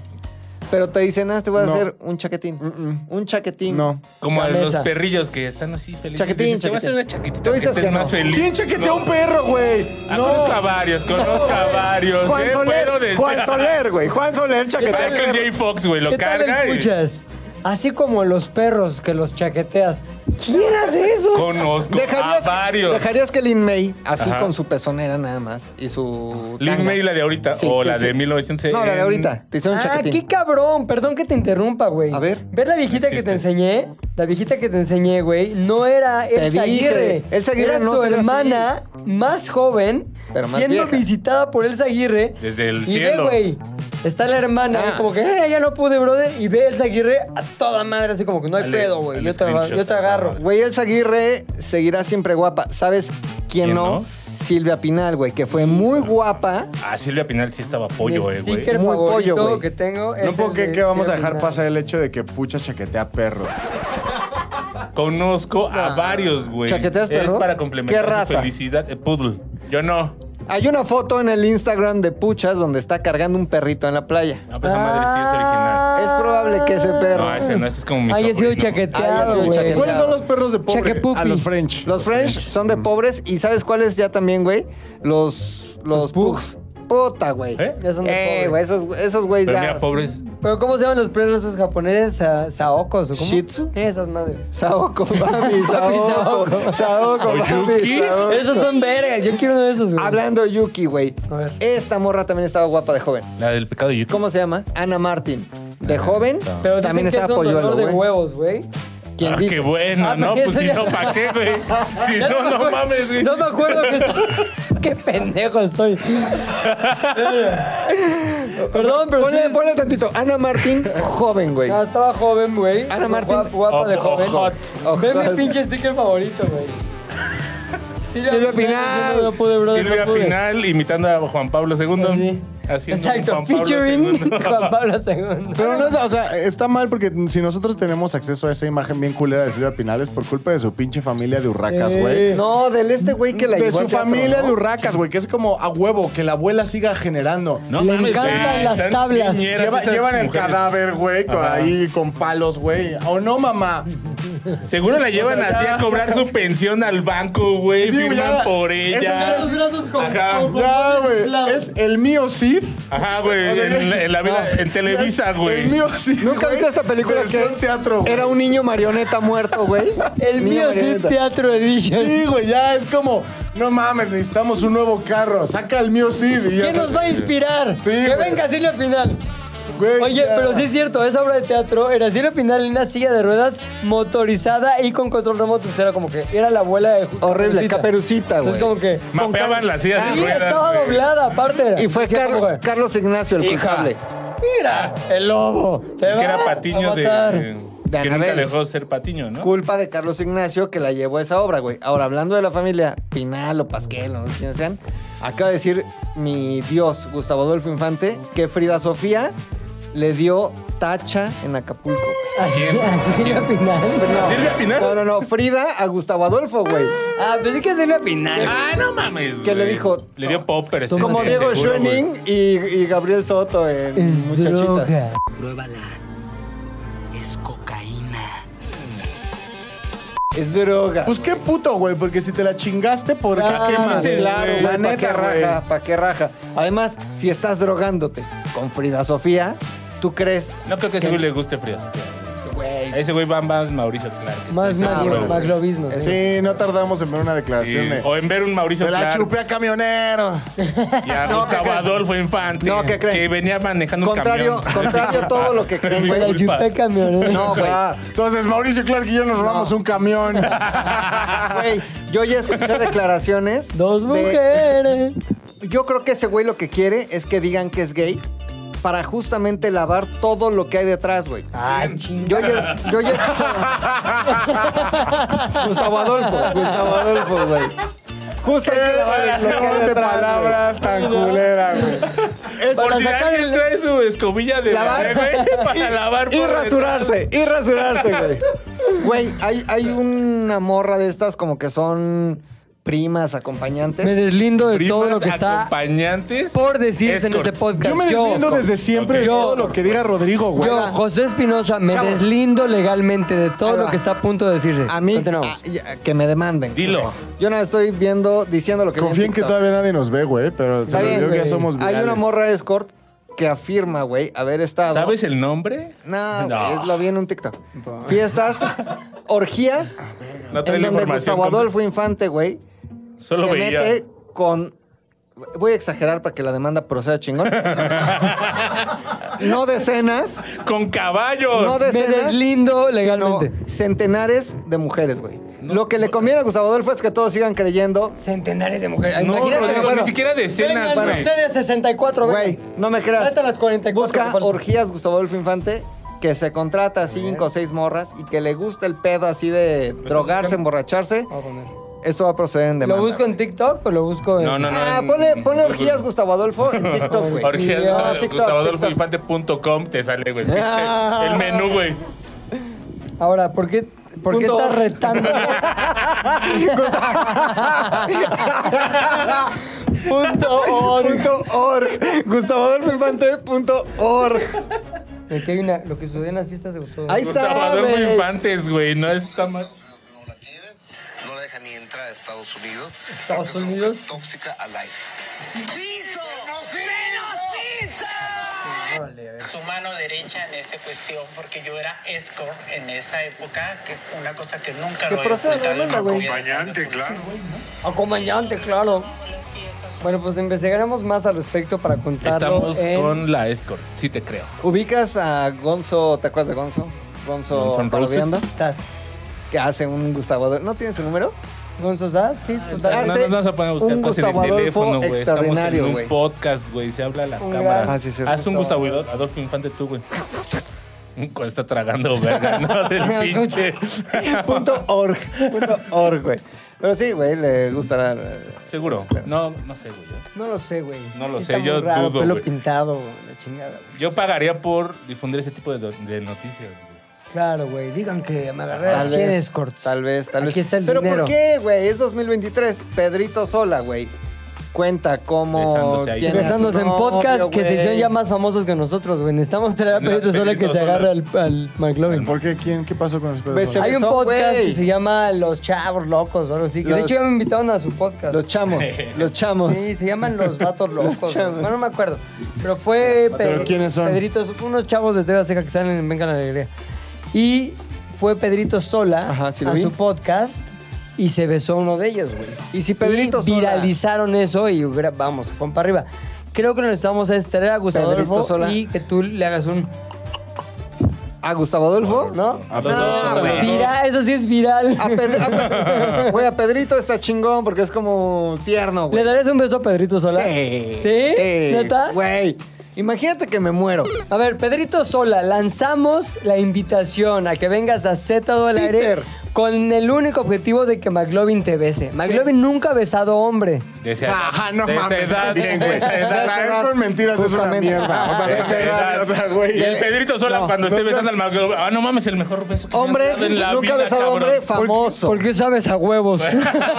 C: Pero te dicen, ah, te voy a
F: No.
C: hacer un chaquetín.
F: Mm-mm.
C: Un chaquetín.
F: No.
D: Como a los
B: Cabeza.
D: perrillos que están así felices.
C: Chaquetín,
D: Dices, Te voy a hacer
C: chaquetín.
D: una chaquetita.
C: Tú dices
D: que estés
C: que no.
D: más feliz.
F: ¿Quién chaquetea
D: No.
F: a un perro, güey?
D: Ah, Conozco a varios, conozco a varios.
C: Juan
D: ¿eh? Puedo
C: Soler,
D: decir.
C: Juan Soler, güey. Juan Soler
D: Vea que
C: chaquetea.
D: el Jay Fox, güey, lo
B: ¿Qué tal
D: carga y-
B: escuchas? Así como los perros que los chaqueteas. ¿Quién hace eso?
D: Conozco a
C: ¿Dejarías,
D: varios.
C: dejarías que Lin May, así
D: Ajá.
C: con su pezonera nada más, y su.
D: Lin
C: tanga.
D: May, la de ahorita,
C: Sí,
D: o
C: sí,
D: la
C: sí.
D: de 1900.
C: No, la de
D: en-
C: ahorita. Te hicieron un
B: Ah,
C: chaquetín.
B: qué cabrón. Perdón que te interrumpa, güey.
C: A ver.
B: ¿Ves la viejita que te
D: Existe.
B: enseñé? La viejita que te enseñé, güey, no era Elsa
C: dije,
B: Aguirre.
C: Elsa Aguirre
B: era
C: no
B: su
C: se ve así.
B: hermana más joven,
C: Pero más
B: siendo
C: vieja.
B: visitada por Elsa Aguirre.
D: Desde el
B: y
D: cielo.
B: Ve, güey, está la hermana,
C: Ah.
B: como que, eh, ya no pude, brother. Y ve Elsa Aguirre a toda madre, así como que no hay
D: Dale,
B: pedo, güey.
D: dale
B: Yo, te agarro-
D: screenshot
B: yo te
D: a esa
B: agarro.
D: madre.
C: Güey, Elsa Aguirre seguirá siempre guapa. ¿Sabes quién,
D: ¿Quién
C: no?
D: no?
C: Silvia Pinal, güey, que fue muy guapa.
D: Ah, Silvia Pinal sí estaba pollo,
B: Mi
D: eh, güey.
B: sticker
C: Muy pollo,
B: favorito
C: güey.
B: que tengo es
F: No
B: el
F: puedo
B: de
F: creer que vamos a
B: Sierra
F: dejar
B: Pinal.
F: pasar el hecho de que pucha chaquetea perros.
D: Conozco a varios, güey.
C: ¿Chaqueteas
D: Es
C: perro?
D: para
C: ¿Qué
D: complementar su
C: raza?
D: felicidad. Eh, Poodle. Yo no.
C: Hay una foto en el Instagram de Puchas donde está cargando un perrito en la playa.
D: No, pues esa madre sí es original.
C: Es probable que Ah, ese perro.
D: No, ese no, ese es como
B: Haya
D: mi
B: Ah, sido
D: sobrino.
C: Haya
B: chaqueteado,
C: Ah, sido
B: güey.
C: chaqueteado. ¿Cuáles son los
F: perros de
B: pobre? Chaquepupis.
F: A los French.
C: Los French Mm. son de pobres y ¿sabes cuáles ya también, güey? Los los
B: Los
C: pugs.
B: pugs.
C: Puta, güey.
D: ¿Eh?
B: Ya son de
C: Eh,
B: pobre.
C: güey, esos esos güeyes
D: Pero
C: ya.
D: mira, pobres.
B: Pero ¿cómo se llaman los perros esos japoneses? Sa- ¿Saokos o cómo?
C: ¿Shih Tzu?
B: Esas madres.
C: Saoko, papi, Saoko.
B: Saoko.
C: Saoko, papi,
D: ¿Oyuki?
C: Saoko.
B: Esos son vergas. Yo quiero uno de esos, güey.
C: Hablando de Yuki, güey.
B: A ver.
C: Esta morra también estaba guapa de joven.
D: La del pecado y
C: ¿Cómo se llama? Ana Martin. De joven,
B: Pero dicen
C: también
B: que
C: estaba
B: es un dolor
C: polluelo,
B: de
C: güey.
B: huevos, güey.
C: ¿Quién
D: Ah,
C: dice?
D: qué bueno,
B: Ah,
D: ¿no?
B: porque
D: Pues
B: eso
D: si
B: ya-
D: no, ¿pa' qué, güey? Si
B: Ya
D: no,
B: me
D: no
B: acuerdo-
D: mames, güey.
B: No me acuerdo que está... Qué pendejo estoy. Perdón, pero...
C: Ponle,
B: sí-
C: ponle tantito. Ana Martin, joven, güey.
B: Ah, estaba joven, güey.
C: Ana Martín.
B: Guapa, guapa de
D: Ojo,
B: joven.
D: Oh, hot.
B: Ve
C: Ojo.
B: mi pinche sticker favorito, güey.
C: Silvia Pinal.
B: No, no pude, bro.
D: Silvia
B: no pude.
D: Pinal imitando a Juan Pablo II.
B: Así.
D: Haciendo
B: Exacto,
D: un Juan Pablo
B: featuring
D: II.
B: Juan Pablo II.
F: Pero no, o sea, está mal porque si nosotros tenemos acceso a esa imagen bien culera de Silvia Pinal es por culpa de su pinche familia de hurracas,
B: Sí.
F: güey.
C: No, del este güey que la
F: de
C: llevó
F: su
C: al teatro,
F: familia
C: ¿no?
F: de hurracas, güey, que es como a huevo que la abuela siga generando.
D: No
B: Le
D: mames, güey,
B: encantan las
D: están
B: tablas.
D: piñeras
F: Lleva-
D: esas
F: llevan el
D: mujeres.
F: cadáver, güey, con-
D: Ajá.
F: ahí con palos, güey. ¿O no, mamá?
D: Seguro la llevan
F: O sea,
D: así
F: ya-
D: a cobrar su pensión al banco, güey.
F: Sí,
D: firman
F: ya-
D: por
F: Eso
D: ella.
F: ya-
B: brazos con-
D: Ajá.
B: con-
F: Ya, güey.
B: Claro.
F: Es el mío Sid.
D: Ajá, güey.
F: O sea, Ah,
D: En, la- en la vida, en Televisa, güey.
F: El mío Sid.
C: ¿Nunca
F: güey,
C: viste esta película que
F: versión teatro, güey.
C: era un niño marioneta muerto, güey?
B: El
C: Niño
B: mío sí,
C: marioneta.
B: Teatro Edition.
F: Sí, güey, ya es como, no mames, necesitamos un nuevo carro. Saca el mío Sid. y ya
B: ¿Quién nos va a inspirar?
F: Sí,
B: que
F: güey.
B: venga Silvia Pinal.
F: Güey,
B: Oye,
F: ya.
B: pero sí es cierto, esa obra de teatro era Silvia Pinal en una silla de ruedas motorizada y con control remoto. Entonces Era como que era la abuela de Ju-
C: Horrible, caperucita,
B: Entonces
C: güey.
B: como que...
D: Mapeaban las sillas
B: Sí,
D: de ruedas.
B: estaba
D: güey.
B: doblada, aparte.
C: Y fue
B: Decía como
C: Carlos,
B: que,
C: Carlos Ignacio el
B: Hija.
C: culpable.
B: Mira, el lobo. Te
D: Que
B: va
D: era
B: a
D: patiño de.
B: matar.
D: que nunca
C: Anabel.
D: dejó ser patiño, ¿no?
C: Culpa de Carlos Ignacio que la llevó a esa obra, güey. Ahora, hablando de la familia Pinal o Pasquel, o no sé quiénes sean, acaba de decir mi dios Gustavo Adolfo Infante que Frida Sofía le dio tacha en Acapulco. güey.
B: Así
D: ¿Quién?
B: así Silvia Pinal.
C: No.
D: ¿Silvia Pinal?
C: No, no, no. Frida a Gustavo Adolfo, güey.
B: Ah, pensé que Silvia Pinal.
D: Ah, no mames.
C: ¿Qué le
D: güey.
C: dijo?
D: Le dio popper. ese
C: Como
D: sí,
C: Diego
D: seguro, güey.
C: Schoening y, y Gabriel Soto en
B: Es
C: Muchachitas.
B: droga.
A: Pruébala. Es cocaína.
C: Es droga.
F: Pues qué puto, güey, porque si te la chingaste, ¿por qué
B: Ah,
F: quemas?
C: Sí, claro,
F: güey?
C: güey,
F: la
C: ¿pa' qué
F: neta, güey.
C: raja, pa' qué raja. Además, si estás drogándote con Frida Sofía, ¿tú crees?
D: No creo que a ese güey le guste frío.
C: Güey,
D: A ese güey va más Mauricio Clark.
B: Más
C: Ah,
D: estoy seguro,
B: maglo-
D: güey.
B: maglobismo. sí.
F: Sí, no tardamos en ver una declaración
D: Sí.
F: de.
D: O en ver un Mauricio
F: Se la
D: Clark
F: chupé a camioneros.
D: y a
C: No, ¿qué
D: Gustavo
C: creen?
D: Adolfo Infante.
C: No, ¿qué creen?
D: Que venía manejando
C: Contrario,
D: un camión.
C: contrario a todo lo que creen,
D: Mi
B: Se la
C: güey.
D: culpa.
B: chupé camionero.
C: No, güey.
F: Ah, Entonces, Mauricio Clark y yo nos robamos un camión.
C: Güey, yo ya escuché declaraciones.
B: Dos
C: de-
B: mujeres.
C: Yo creo que ese güey lo que quiere es que digan que es gay para justamente lavar todo lo que hay detrás, güey.
D: Ah,
B: Ay, chingada.
C: Yo ya, yo ya escuché- Gustavo Adolfo, Gustavo Adolfo, güey. Justo hay que lavar lo que hay
F: Relación de
C: detrás, güey.
F: palabras tan culera, güey.
D: Por
B: Para
D: si
B: sacar
D: alguien
B: el-
D: trae su escobilla de
C: Lavar.
D: güey, para lavar
C: Y
D: por
C: rasurarse, y rasurarse, güey. Güey, hay, hay una morra de estas como que son primas,
B: Me
C: acompañantes.
B: deslindo de
D: primas,
B: todo lo que está
D: acompañantes.
B: por decirse en este
D: escorts.
B: podcast.
F: Yo me
B: Yo,
F: defiendo desde siempre de
D: Ok.
F: todo lo que diga Rodrigo, güey.
B: yo, José Espinosa, me
C: Chavos.
B: deslindo legalmente de todo
C: Ahí
B: lo
C: va.
B: que está a punto de decirse.
C: A mí,
B: Continuamos.
C: a- ya- que me demanden.
D: Dilo.
C: Yo no estoy viendo, diciendo lo que vi
F: Confía en que
C: TikTok.
F: todavía nadie nos ve, güey, pero se
C: Está
F: los
C: bien,
F: digo que ya
B: güey.
F: somos
C: Hay una
F: virales.
C: morra escort que afirma, güey, haber estado...
D: ¿Sabes el nombre?
C: No,
D: No.
C: güey, es- lo vi en un TikTok. Fiestas, orgías,
D: No trae
C: en donde
D: la información.
C: Gustavo
D: completa.
C: Adolfo Infante, güey,
D: Solo
C: se
D: veía.
C: mete con... Voy a exagerar para que la demanda proceda chingón. no decenas,
D: Con caballos.
C: no
B: Me
C: decenas.
B: deslindo legalmente.
C: sino centenares de mujeres, güey. Lo que le conviene a Gustavo Adolfo es que todos sigan creyendo.
B: Centenares de mujeres.
D: No,
B: Imagínate,
D: Rodrigo,
C: bueno,
D: ni siquiera decenas,
B: Vengan
D: güey.
B: ustedes 64,
C: Güey,
B: güey.
C: no me creas.
B: Trata las 44 que
C: Busca
B: faltan.
C: orgías Gustavo Adolfo Infante que se contrata a cinco o seis morras y que le gusta el pedo así de
D: Pues
C: drogarse, emborracharse. Esto va a proceder en demanda.
B: Oh. ¿Lo busco en TikTok o lo busco en.?
D: No, no, no.
C: Ah,
D: en-
C: ponle, ponle orgías Gustavo Adolfo en TikTok, güey. ah,
D: Orgías,
B: Dios,
D: Gustavo-
C: TikTok,
D: GustavoAdolfoInfante.com te sale, güey.
C: Ah.
D: El menú, güey.
B: Ahora, ¿por qué, por qué
C: Punto.
B: estás retando? Punto org.
C: Punto org. Gustavo Adolfo Infante punto org.
B: De que hay una, lo que sucedió en las fiestas de Gustavo.
C: Ahí está,
D: Gustavo Adolfo
C: güey.
D: Infantes, güey. No está mal.
J: no la quieren, no la dejan ni entrar a Estados Unidos.
B: Estados
J: Creo que es una
B: Unidos.
J: mujer tóxica al aire.
K: su mano derecha en esa cuestión, porque yo era escort en esa época, que una cosa que nunca
C: Que
K: lo he
C: proceda,
K: ocultado y
C: manda,
K: nunca
C: güey.
K: hubiera dejado de
J: claro.
B: Acompañante, claro. Bueno, pues investigaremos más al respecto para contarlo.
D: Estamos
B: en-
D: con la escort. Sí te creo.
C: ¿Ubicas a Gonzo? ¿Te acuerdas de Gonzo? Gonzo
D: Guns N' Roses.
C: parodiando.
B: Sas.
C: que hace un Gustavo Adolfo. ¿No tienes su número?
B: Gonzo Sas, sí, pues,
C: Ah,
B: totalmente.
D: No
C: sí.
D: nos vas a poner a buscar
C: Un
D: cosas en el
C: Gustavo Adolfo
D: teléfono, güey. Estamos en
C: extraordinario,
D: un
C: güey.
D: podcast, güey. Se habla a la
B: Un gran-
D: cámara.
C: Ah, sí, cierto.
D: Haz un Gustavo Adolfo Infante tú, güey. Cuando está tragando verga, ¿no? Del pinche.
C: Punto org. Punto org, güey. Pero sí, güey, le gustará. eh,
D: Seguro. No, no sé, güey.
B: No lo sé, güey.
D: No lo
B: Sí
D: sé,
B: está muy
D: yo
B: raro,
D: dudo,
B: Pelo
D: güey.
B: pintado, güey, la chingada. güey.
D: Yo pagaría por difundir ese tipo de, do- de noticias, güey.
B: Claro, güey. Digan que me agarré a
C: Tal
B: 100
C: vez,
B: escorts.
C: tal vez, tal vez.
B: Aquí está el
C: Pero
B: dinero.
C: ¿por qué, güey? Es 2023. Pedrito Sola, güey. Cuenta cómo.
D: Besándose ahí.
C: tiene a su
B: Besándose en
C: novio,
B: podcast que se
C: güey.
B: hicieron ya más famosos que nosotros, güey. Necesitamos traer a
D: No,
B: Pedrito Sola que
D: Pedrito
B: se agarre al,
D: Sola.
B: al McLovin.
F: ¿Por qué? ¿Quién? ¿Qué pasó con los pedos?
C: Besé-
B: Hay un
C: Eso,
B: podcast
C: güey.
B: que se llama Los Chavos Locos o algo así. Que de
C: Los-
B: hecho ya me invitaron a su podcast.
C: Los chamos. los chamos.
B: Sí, se llaman Los Vatos Locos. güey.
C: chavos.
B: Bueno, no me acuerdo. Pero fue
F: ¿Pero quiénes son?
B: Pedrito, unos chavos de TV Seca que salen en Venga la Alegría. Y fue Pedrito Sola
C: Ajá, sí lo
B: a
C: vi.
B: su podcast y se besó a uno de ellos, güey.
C: Y si Pedrito
B: Y
C: Sola-
B: viralizaron eso y gra- vamos, se fueron para arriba. Creo que nos necesitamos es traer a Gustavo
C: Pedrito
B: Adolfo
C: Sola.
B: y que tú le hagas un,
C: ¿A Gustavo Adolfo?
B: ¿no?
D: A los dos, a los
C: güey.
D: dos.
B: Vira- eso sí es viral.
C: A Pedri- a Pedri- Güey, a Pedrito está chingón porque es como tierno,
B: ¿Le
C: güey.
B: darías un beso a Pedrito Sola?
C: Sí.
B: ¿Sí? ¿Neta?
C: Güey. Imagínate que me muero.
B: A ver, Pedrito Sola, lanzamos la invitación a que vengas a Z al aire con el único objetivo de que McLovin te bese. McLovin nunca ha besado hombre.
D: De esa edad.
F: Ajá, no
D: de esa
F: mames,
D: edad,
F: bien, güey.
D: de esa edad.
F: Traer con mentiras es una
C: Justamente.
F: mierda. O sea,
C: De
F: de esa
C: esa
F: edad, o sea, güey.
D: Y el Pedrito Sola
C: Eh, No,
D: cuando esté
F: no seas-
D: besando al Mago. Ah, no mames, el mejor beso que me han
C: Hombre,
D: dado en la
C: nunca
D: vida,
C: ha besado
D: cabrón.
C: hombre famoso.
B: Porque sabes a huevos.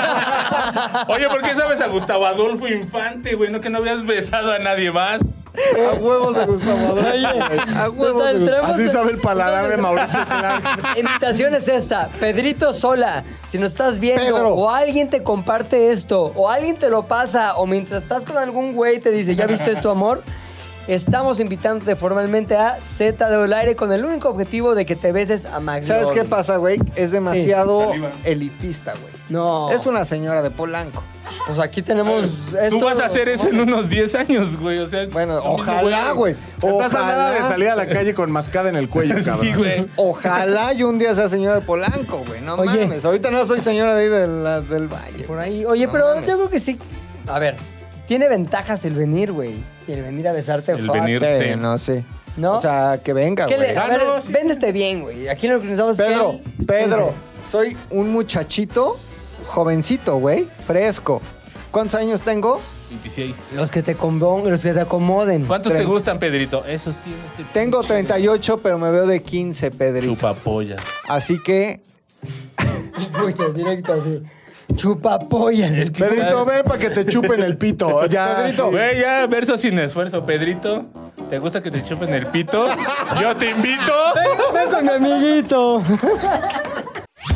D: Oye, ¿por qué sabes a Gustavo Adolfo Infante, güey? No que no habías besado a nadie más.
C: A huevos de Gustavo Adolfo.
B: Oye,
C: A
B: total,
C: huevos de Gustavo.
B: tenemos-
F: Así sabe el paladar de Mauricio Clark.
B: La invitación es esta. Pedrito Sola, si nos estás viendo
C: Pedro.
B: o alguien te comparte esto o alguien te lo pasa o mientras estás con algún güey te dice, ¿ya viste esto, amor? Estamos invitándote formalmente a Z de Olaire aire con el único objetivo de que te beses a Max.
C: ¿Sabes qué pasa, güey? Es demasiado
D: Saliva.
C: elitista, güey.
B: No.
C: Es una señora de Polanco.
B: Pues aquí tenemos esto.
D: Tú vas a hacer eso en unos 10 años, güey. O sea,
C: Bueno,
D: lo mismo,
C: ojalá, güey.
F: Estás a nada de
C: Ojalá.
F: salir a la calle con mascada en el cuello, cabrón.
D: Sí, güey.
C: Ojalá yo un día sea señora de Polanco, güey. No
B: Oye.
C: mames. Ahorita no soy señora de ahí de la- del Valle.
B: Por ahí. Oye,
C: No
B: pero
C: mames.
B: yo creo que sí. A ver, tiene ventajas el venir, güey. Y el venir a besarte.
D: El
B: fuck.
D: venir.
C: Sí,
D: Sí.
C: no sé.
B: ¿No?
C: O sea, que venga,
B: ¿Qué
C: güey.
B: le- a ver,
D: Ah, no, sí.
B: véndete bien, güey. Aquí lo que necesitamos es que
C: Pedro,
B: él-
C: Pedro, soy un muchachito jovencito, güey, fresco. ¿Cuántos años tengo?
D: 26.
B: Los que te convon- los que te acomoden.
D: ¿Cuántos te
C: Treinta.
D: gustan, Pedrito? Esos tienes. este
C: Tengo
D: pinche
C: 38, pero me veo de 15, Pedrito.
D: Chupapollas.
C: Así que,
B: Puchas, directo así. Chupapollas.
D: Es que-
F: Pedrito, ven para que te chupen el pito. Ya,
C: Pedrito.
F: sí.
D: Güey, ya, verso sin esfuerzo, Pedrito. ¿Te gusta que te chupen el pito? Yo te invito.
B: Ven con mi amiguito.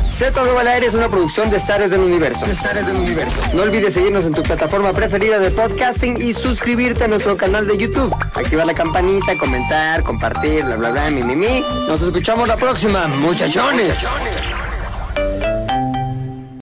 L: Z2 al aire es una producción de Zares del Universo. del Universo. No olvides seguirnos en tu plataforma preferida de podcasting y suscribirte a nuestro canal de YouTube. Activar la campanita, comentar, compartir, bla, bla, bla, mi, mi, mi. Nos escuchamos la próxima, muchachones.